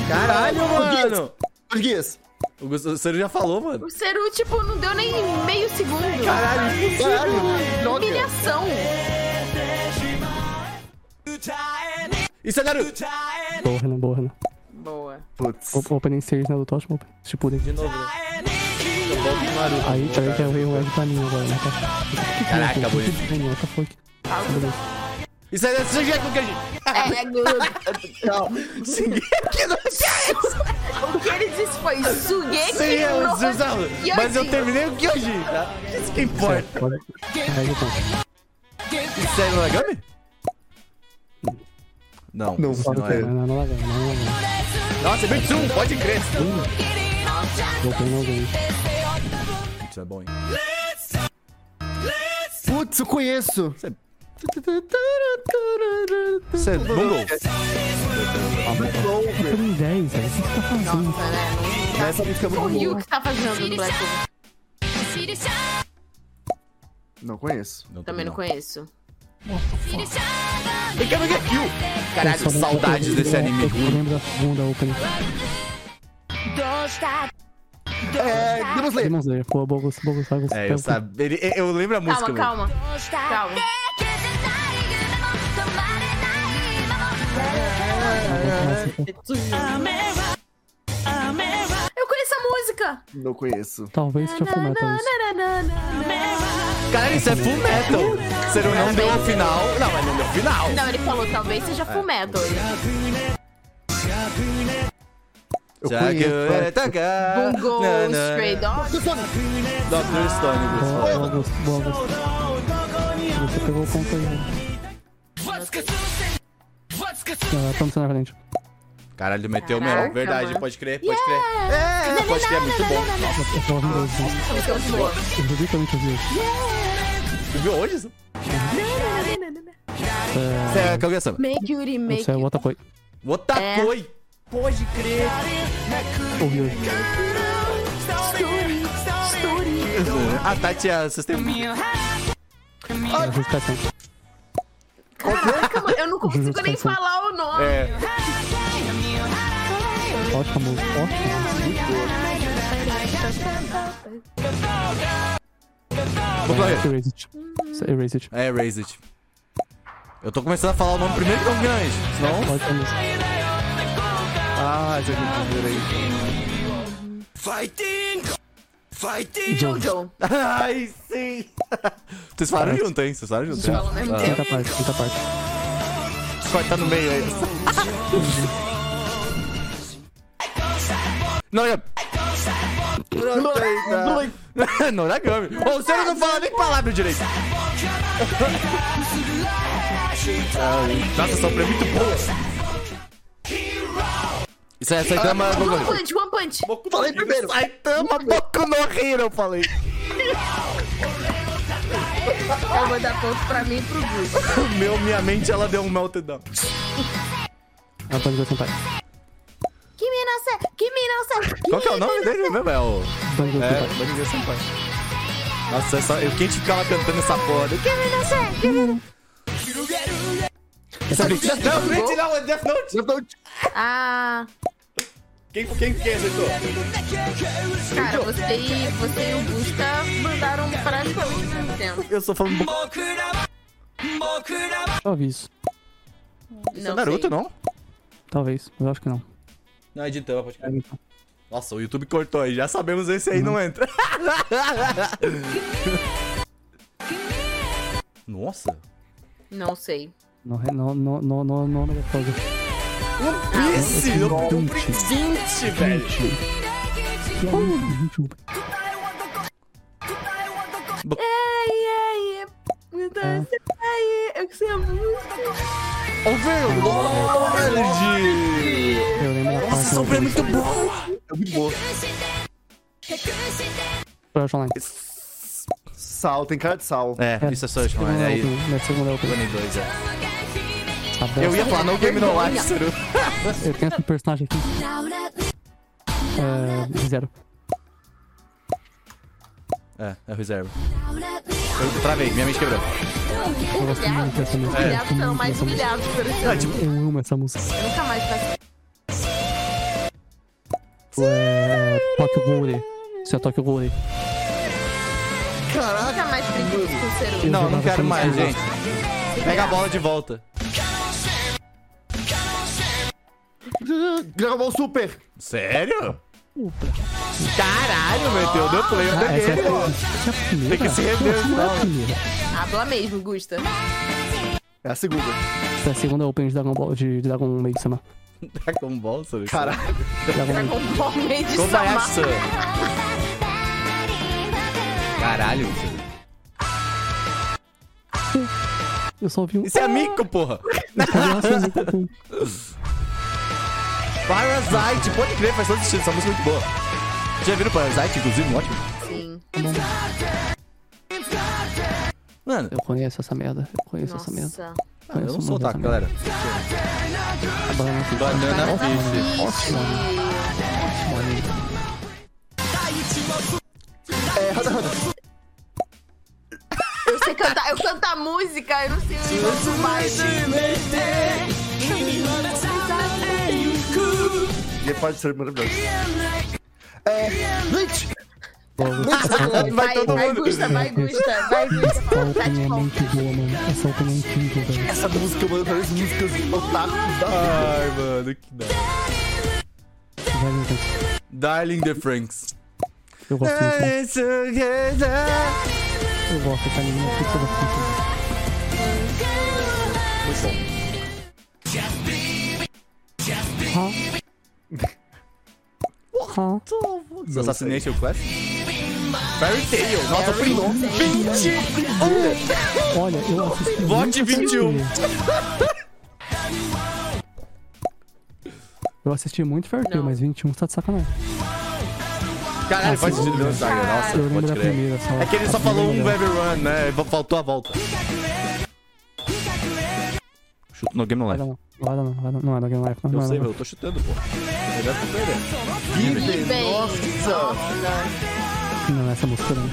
A: Caralho, mano.
D: mano. Português.
A: O Gustavo o Ciro já falou, mano.
B: O Ceru, tipo, não deu nem meio segundo.
A: Caralho, impossível.
D: Caralho, droga.
B: Humilhação.
A: Isso é Naruto.
C: Boa, Renan, boa, Renan.
B: Boa.
D: Putz.
C: O- Opening series Naruto, ótimo. Tipo,
A: De novo, né? Eu volto pro Naruto.
C: aí peraí que eu errei o Ed pra mim agora, né? Tá?
A: Caraca, bonito.
C: What the fuck?
A: Isso é Shingeki no Kyojin.
B: É,
A: É
B: o que ele disse foi Sugeki
A: Sim, eu,
B: no
A: Zuzalo, mas eu
B: Kyojin.
A: terminei o Kyojin, tá? Isso que importa.
C: Pode. Aí depois.
A: Isso é Noragami? Não,
D: Não,
A: isso
D: fala
A: não
D: pra
A: é.
D: ele.
C: Não, não, não, não, não, não.
A: Nossa, é 21, pode crer.
C: Voltei no game.
A: Isso é bom, hein?
D: Putz, eu conheço.
A: Isso é Bungle.
D: Ah, é
C: Opening 10, velho. O que você tá fazendo?
B: Nossa, né?
D: Essa música é
B: O
D: muito
B: Ryu
D: boa.
B: que tá fazendo no Black Ops.
D: Não conheço.
B: Também não conheço.
A: Ikame ga Kill.
C: Só
A: Caralho,
C: lembro-
A: saudades
C: eu-
A: desse
C: eu-
A: anime
C: Eu
A: ruim.
C: lembro da segunda opening.
D: É, Demon Slayer.
C: Demon Slayer. Pô, Bogus, Bogus, Bogus.
A: É, eu sabia. ele- Eu lembro a música.
B: Calma, calma. Calma. Eu conheço a música!
D: Não conheço.
C: Talvez seja full metal isso.
A: Cara, isso é full metal. Você não deu o final. Não, mas não deu o final.
B: Não, ele falou, talvez
A: É.
B: seja full metal.
D: Eu
A: Já tá que
D: conheço.
A: eu era tacar.
B: Bungo,
A: Na, na.
B: Stray Dogs.
A: Dr. Stone Bruce
C: Boa,
A: Wayne.
C: boa, Augusto, boa, Augusto. Você pegou o ponto aí. né? Não, ela tá no cenário pra frente.
A: Caralho, meteu o
B: Caraca,
A: meu. Verdade,
B: mano.
A: pode crer, pode crer. É, pode crer, é muito bom.
C: Eu tô ouvindo hoje, né?
B: Essa música é muito boa.
C: Eu literalmente ouvi hoje.
A: Tu viu hoje isso?
C: É,
A: Isso é Kaguya-sama.
B: Make you remake.
C: Isso é o Otakoi.
A: Otakoi. Pode crer.
C: Ouvi hoje.
A: A Tati é assistente.
C: É a justificação.
B: Caraca, mano, eu não consigo nem falar o nome.
A: É.
C: Ótima música. Ótima
A: Vamos lá.
C: música. Erase it. Isso é Erase it.
A: É, Raise It. Eu tô começando a falar o nome primeiro que eu grande. Senão.
C: Ótima música.
A: Ah, esse aqui que eu virei. É.
B: Jojo.
A: Tá Ai, sim. Vocês falaram junto, hein? Vocês falaram junto.
B: Ao mesmo tempo.
C: Quinta parte, quinta parte.
A: Corta tá no meio aí. Noragami. então. Noragami. Ô, o senhor não fala nem palavra direito. Ai, Nossa, essa sombra é muito boa. Isso é Saitama Boku no
B: One
A: Hero.
B: Punch, One
A: Tá
B: Punch.
D: Falei primeiro.
A: Saitama Boku no Hero, eu falei.
B: Eu vou dar ponto pra mim e pro Gus.
A: Meu, minha mente, ela deu um meltdown.
C: Ela pode ver sentar.
B: Kimi não sei, Kimi não sei.
A: Qual que é o nome dele mesmo? É o...
C: Pode ver
A: É,
C: sentar.
A: Banjo Senpai. Nossa, essa, eu, quem te ficava cantando essa porra? Essa Death Note, não, é Death Note.
D: Eu tô-
B: Ah,
A: Quem, quem, quem acertou?
B: cara, você e, você e o Gusta mandaram um praticamente ao mesmo tempo.
A: Eu só falando... bo-
C: Já ouvi isso.
A: É
B: Não
A: Naruto,
B: sei.
A: não?
C: Talvez, mas eu acho que não.
A: Não, é de Tama, pode
C: É, então.
A: Nossa, o YouTube cortou aí, já sabemos esse aí não entra. Nossa.
B: Não sei.
C: Não, não, não, não, não, não, não, não.
A: Um Piece! Eu comprei 20, velho.
B: Ei, ei, me
A: É.
B: dá essa aí, é eu que sei é a música.
A: Overlord!
C: Eu lembro da
A: Essa sombra é muito boa.
D: É muito boa.
C: Crush Online.
D: Sal, tem cara de sal.
A: É, isso é só chamar, é isso.
C: Deve ser quando eu peguei.
A: Eu ia falar no Game No Life, Saru.
C: Eu tenho esse personagem aqui. É, zero.
A: É, é reserva. Eu travei, minha mente quebrou.
C: Eu gosto muito dessa música. Eu
B: Humilhados
C: gosto
B: não,
C: muito
B: mais
C: dessa música.
B: humilhados por
A: É, tipo,
B: isso.
C: Eu amo essa música.
B: Nunca mais vai
C: É. Tokyo Ghoul. Isso é Tokyo Ghoul.
B: Nunca mais brinquei com o Ceru.
A: Não, não quero mais, gente. Pega a bola de volta.
D: Dragon Ball Super.
A: Sério? Caralho, meteu deu play, eu
C: Ah, essa é a
A: peguei,
C: primeira.
A: ó.
C: Essa é a primeira.
A: Tem que se rever,
C: Não é
A: não.
C: a primeira.
B: Habla mesmo, Gusta.
D: É a segunda.
C: Essa é a segunda open de Dragon Ball, de Dragon Maid Sama.
A: Dragon Ball, sabe?
D: Caralho.
C: Dragon
B: Dragon
C: Maid.
B: Ball É um meio
A: Então
B: de samar.
A: Kobayashi-san. Caralho,
C: Eu só ouvi um.
A: isso é amigo, porra. Parasite, pode crer, faz todo sentido, essa música é muito boa. Já viram Parasite, inclusive, um ótimo.
B: Sim.
A: Mano,
C: Eu conheço essa merda. Eu conheço essa merda.
B: Nossa.
A: ah, eu não
C: conheço
A: sou
C: muito
A: otaku,
C: também.
A: galera.
C: Banana Fish.
A: Banana Fish. É,
B: Eu sei cantar, eu canto a música, eu não sei o negócio mais.
D: É, E pode ser maravilhoso. É. Bleach.
A: Vai todo
B: vai,
A: mundo.
B: Gusta, vai, Gusta, vai, Gusta.
C: Essa
B: Tá de
C: opinião é
B: volta.
C: muito boa, mano. Essa opinião é incrível, velho.
D: Essa música, é mano, parece músicas otakus da
A: Ai, mano, que da...
C: Vai, meu Deus.
A: Darling the Franks.
C: Eu gosto muito. Eu gosto dessa menina. Por que você gosta muito? Muito bom. Ha.
A: Assassination Class? Fairy Tail. Nossa, fui
C: Ha. Olha, eu assisti.
A: Vote
C: muito essa
A: 21.
C: série. Eu assisti muito Fair Tail,
B: Não.
C: mas 21 tá de sacanagem.
A: Caralho, faz sentido ver o Saga. Nossa,
C: Eu lembro
A: pode
C: da
A: crer.
C: primeira só.
A: É que ele só
C: A
A: falou um
C: primeira dela.
A: Very Run, né? Faltou a volta. Chuto no Game No
C: Vai
A: Life.
C: dar não, vai dar não, vai dar não, não é da Game Life, não.
A: Eu
C: não,
A: sei,
C: não.
A: velho. Eu tô chutando, pô.
B: Ih,
D: Given.
B: bem.
D: Nossa.
C: Não, essa música não.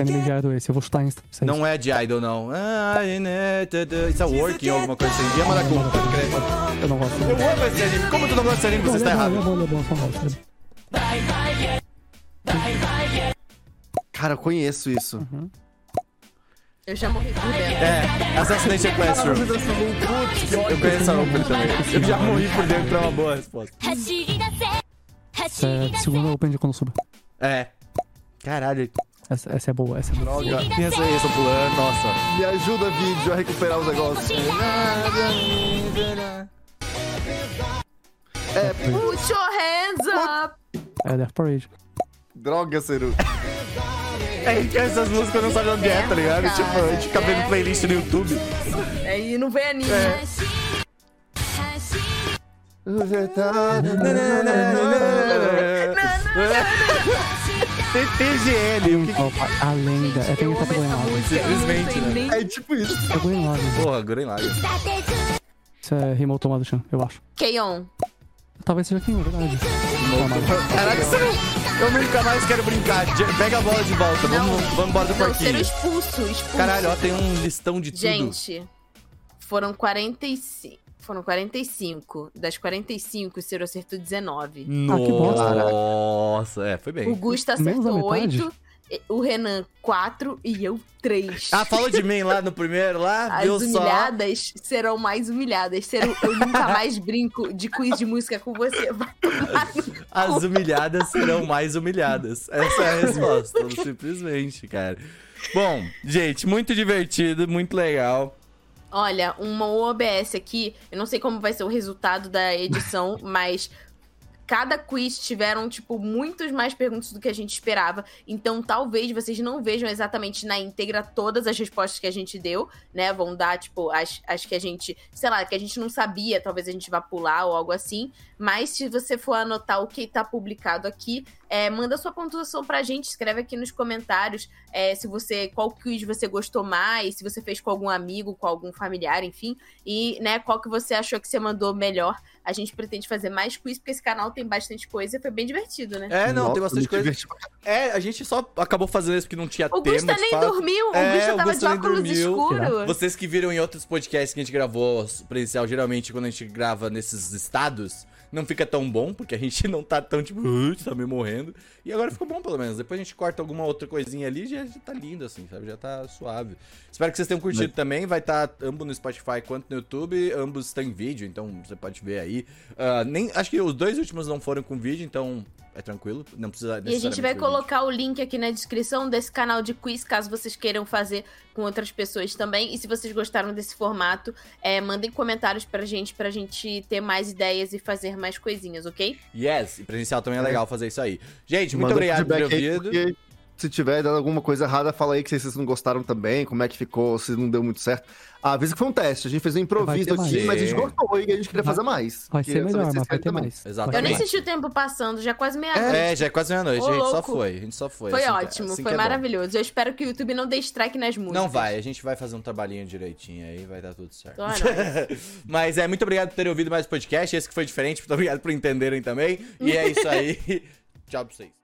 C: É me ligeiro esse, eu vou chutar em instantes.
A: Não é de Idol, não. Ah, né, tã, tã. Isso é Work ou alguma coisa assim. Dia Maracum, pode crer.
C: Eu não gosto.
A: Eu amo esse anime. Como tu não gosta desse anime? Você está
C: Não, ele é
A: errado.
C: bom, ele é bom, ele é bom, só não gosto.
D: Cara, eu conheço isso.
B: Eu já morri por dentro.
A: É, Assassination Classroom. Eu conheço essa open também. Eu já morri por dentro pra uma boa resposta.
E: 走り出せ走
C: Essa é
E: り出せ
C: segunda open de Konosuba.
A: É. Caralho.
C: Essa, essa é boa, essa é boa.
A: Droga. Pensa aí, eu sou pulando. Nossa.
D: Me ajuda, vídeo, a recuperar os negócios.
B: Put your hands up.
C: É Death Parade.
D: Droga, Ceru.
A: É que essas músicas eu não sabem onde é, tá ligado? Tipo, a gente fica vendo playlist no YouTube.
B: É, e não vem anime.
E: 走り走り
A: TTGL. o que que-
C: A lenda. É tem
B: Eu
C: que
B: amo
C: tá
B: essa
C: ganhando.
B: música. eu não sei
A: Simplesmente, né?
B: nem
D: É tipo isso.
C: Tá ganhando.
A: Porra, Guren Lager.
E: だってずっ
C: Isso é Rima Automata Chan, eu acho.
B: K-On.
C: Talvez seja quem, é verdade.
A: Caralho, você não- eu nunca mais quero brincar. Je- Pega a bola de volta. Vamos, vamos embora do
B: Não, ser
A: parquinho.
B: expulso, expulso.
A: Caralho, ó, tem um listão de tudo.
B: Gente, foram 45. Foram 45. Das 45, o Ciro acertou 19.
C: Ah, que bosta.
A: Nossa, é, foi
B: O
A: bem.
B: Gusta
C: Menos da
B: acertou
C: metade?
B: 8. O Renan, 4. E eu, 3.
A: Ah, fala de mim lá no primeiro, lá,
B: As
A: deu só.
B: humilhadas serão mais humilhadas. Serão, eu nunca mais brinco de quiz de música com você. Vai tomar no cu.
A: As humilhadas serão mais humilhadas. Essa é a resposta, simplesmente, cara. Bom, gente, muito divertido, muito legal.
B: Olha, uma OBS aqui, eu não sei como vai ser o resultado da edição, mas cada quiz tiveram, tipo, muitos mais perguntas do que a gente esperava. Então, talvez vocês não vejam exatamente na íntegra todas as respostas que a gente deu, né? Vão dar, tipo, as, as que a gente, sei lá, que a gente não sabia, talvez a gente vá pular ou algo assim. Mas se você for anotar o que tá publicado aqui, é, manda sua pontuação pra gente, escreve aqui nos comentários é, se você qual quiz você gostou mais, se você fez com algum amigo, com algum familiar, enfim, e né, qual que você achou que você mandou melhor. A gente pretende fazer mais quiz porque esse canal tem bastante coisa e foi bem divertido, né?
A: É, não,
D: Nossa,
A: tem
D: me
A: bastante coisa.
D: diverti pra
A: É, a gente só acabou fazendo isso porque não tinha
B: O
A: tema.
B: Gusta
A: de
B: nem
A: É, fato.
B: dormiu,
A: É,
B: o Gusta
A: o
B: tava
A: Gusta
B: de
A: nem
B: óculos
A: dormiu.
B: escuros.
A: Vocês que viram em outros podcasts que a gente gravou presencial, geralmente quando a gente grava nesses estados, não fica tão bom, porque a gente não tá tão tipo, "Uh, tá meio morrendo. E agora ficou bom, pelo menos. Depois a gente corta alguma outra coisinha ali já, já tá lindo, assim, sabe? Já tá suave. Espero que vocês tenham curtido também. Vai estar tá ambos no Spotify quanto no YouTube. Ambos estão em vídeo, então você pode ver aí. Ah, nem, acho que os dois últimos não foram com vídeo, então é tranquilo. Não precisa
B: E a gente
A: necessariamente
B: vai
A: ver vídeo.
B: colocar o link aqui na descrição desse canal de quiz, caso vocês queiram fazer com outras pessoas também. E se vocês gostaram desse formato, é, mandem comentários pra gente, pra gente ter mais ideias e fazer mais coisinhas, ok?
A: Yes, e presencial também é legal fazer isso aí. Gente, muito
D: Manda um
A: obrigado por ter
D: feedback aí,
A: ouvido.
D: porque Se tiver dado alguma coisa errada, fala aí que vocês não gostaram também, como é que ficou, se não deu muito certo. Avisa que foi um teste, a gente fez um
C: Vai
D: improviso
C: ter
D: aqui,
A: mais.
D: mas a gente
A: Sim.
D: gostou e a gente queria
C: Vai-
D: fazer mais.
C: Vai ser
D: Queria
C: melhor,
D: saber se
C: mas
D: vocês
C: vai ter
D: querem também.
C: mais.
A: Exatamente.
B: Eu nem
A: Também.
B: senti o tempo passando, já quase meia noite.
A: É, já é quase meia-noite,
B: Ô,
A: a gente só
B: louco.
A: foi, a gente só foi.
B: Foi
A: assim que-
B: ótimo,
A: assim que
B: foi
A: é bom.
B: maravilhoso. Eu espero que o YouTube não dê strike nas músicas.
A: Não vai, a gente vai fazer um trabalhinho direitinho aí, vai dar tudo certo.
B: Então é nóis.
A: Mas é, muito obrigado por terem ouvido mais o podcast, esse que foi diferente, muito obrigado por entenderem também. E é isso aí, tchau pra vocês.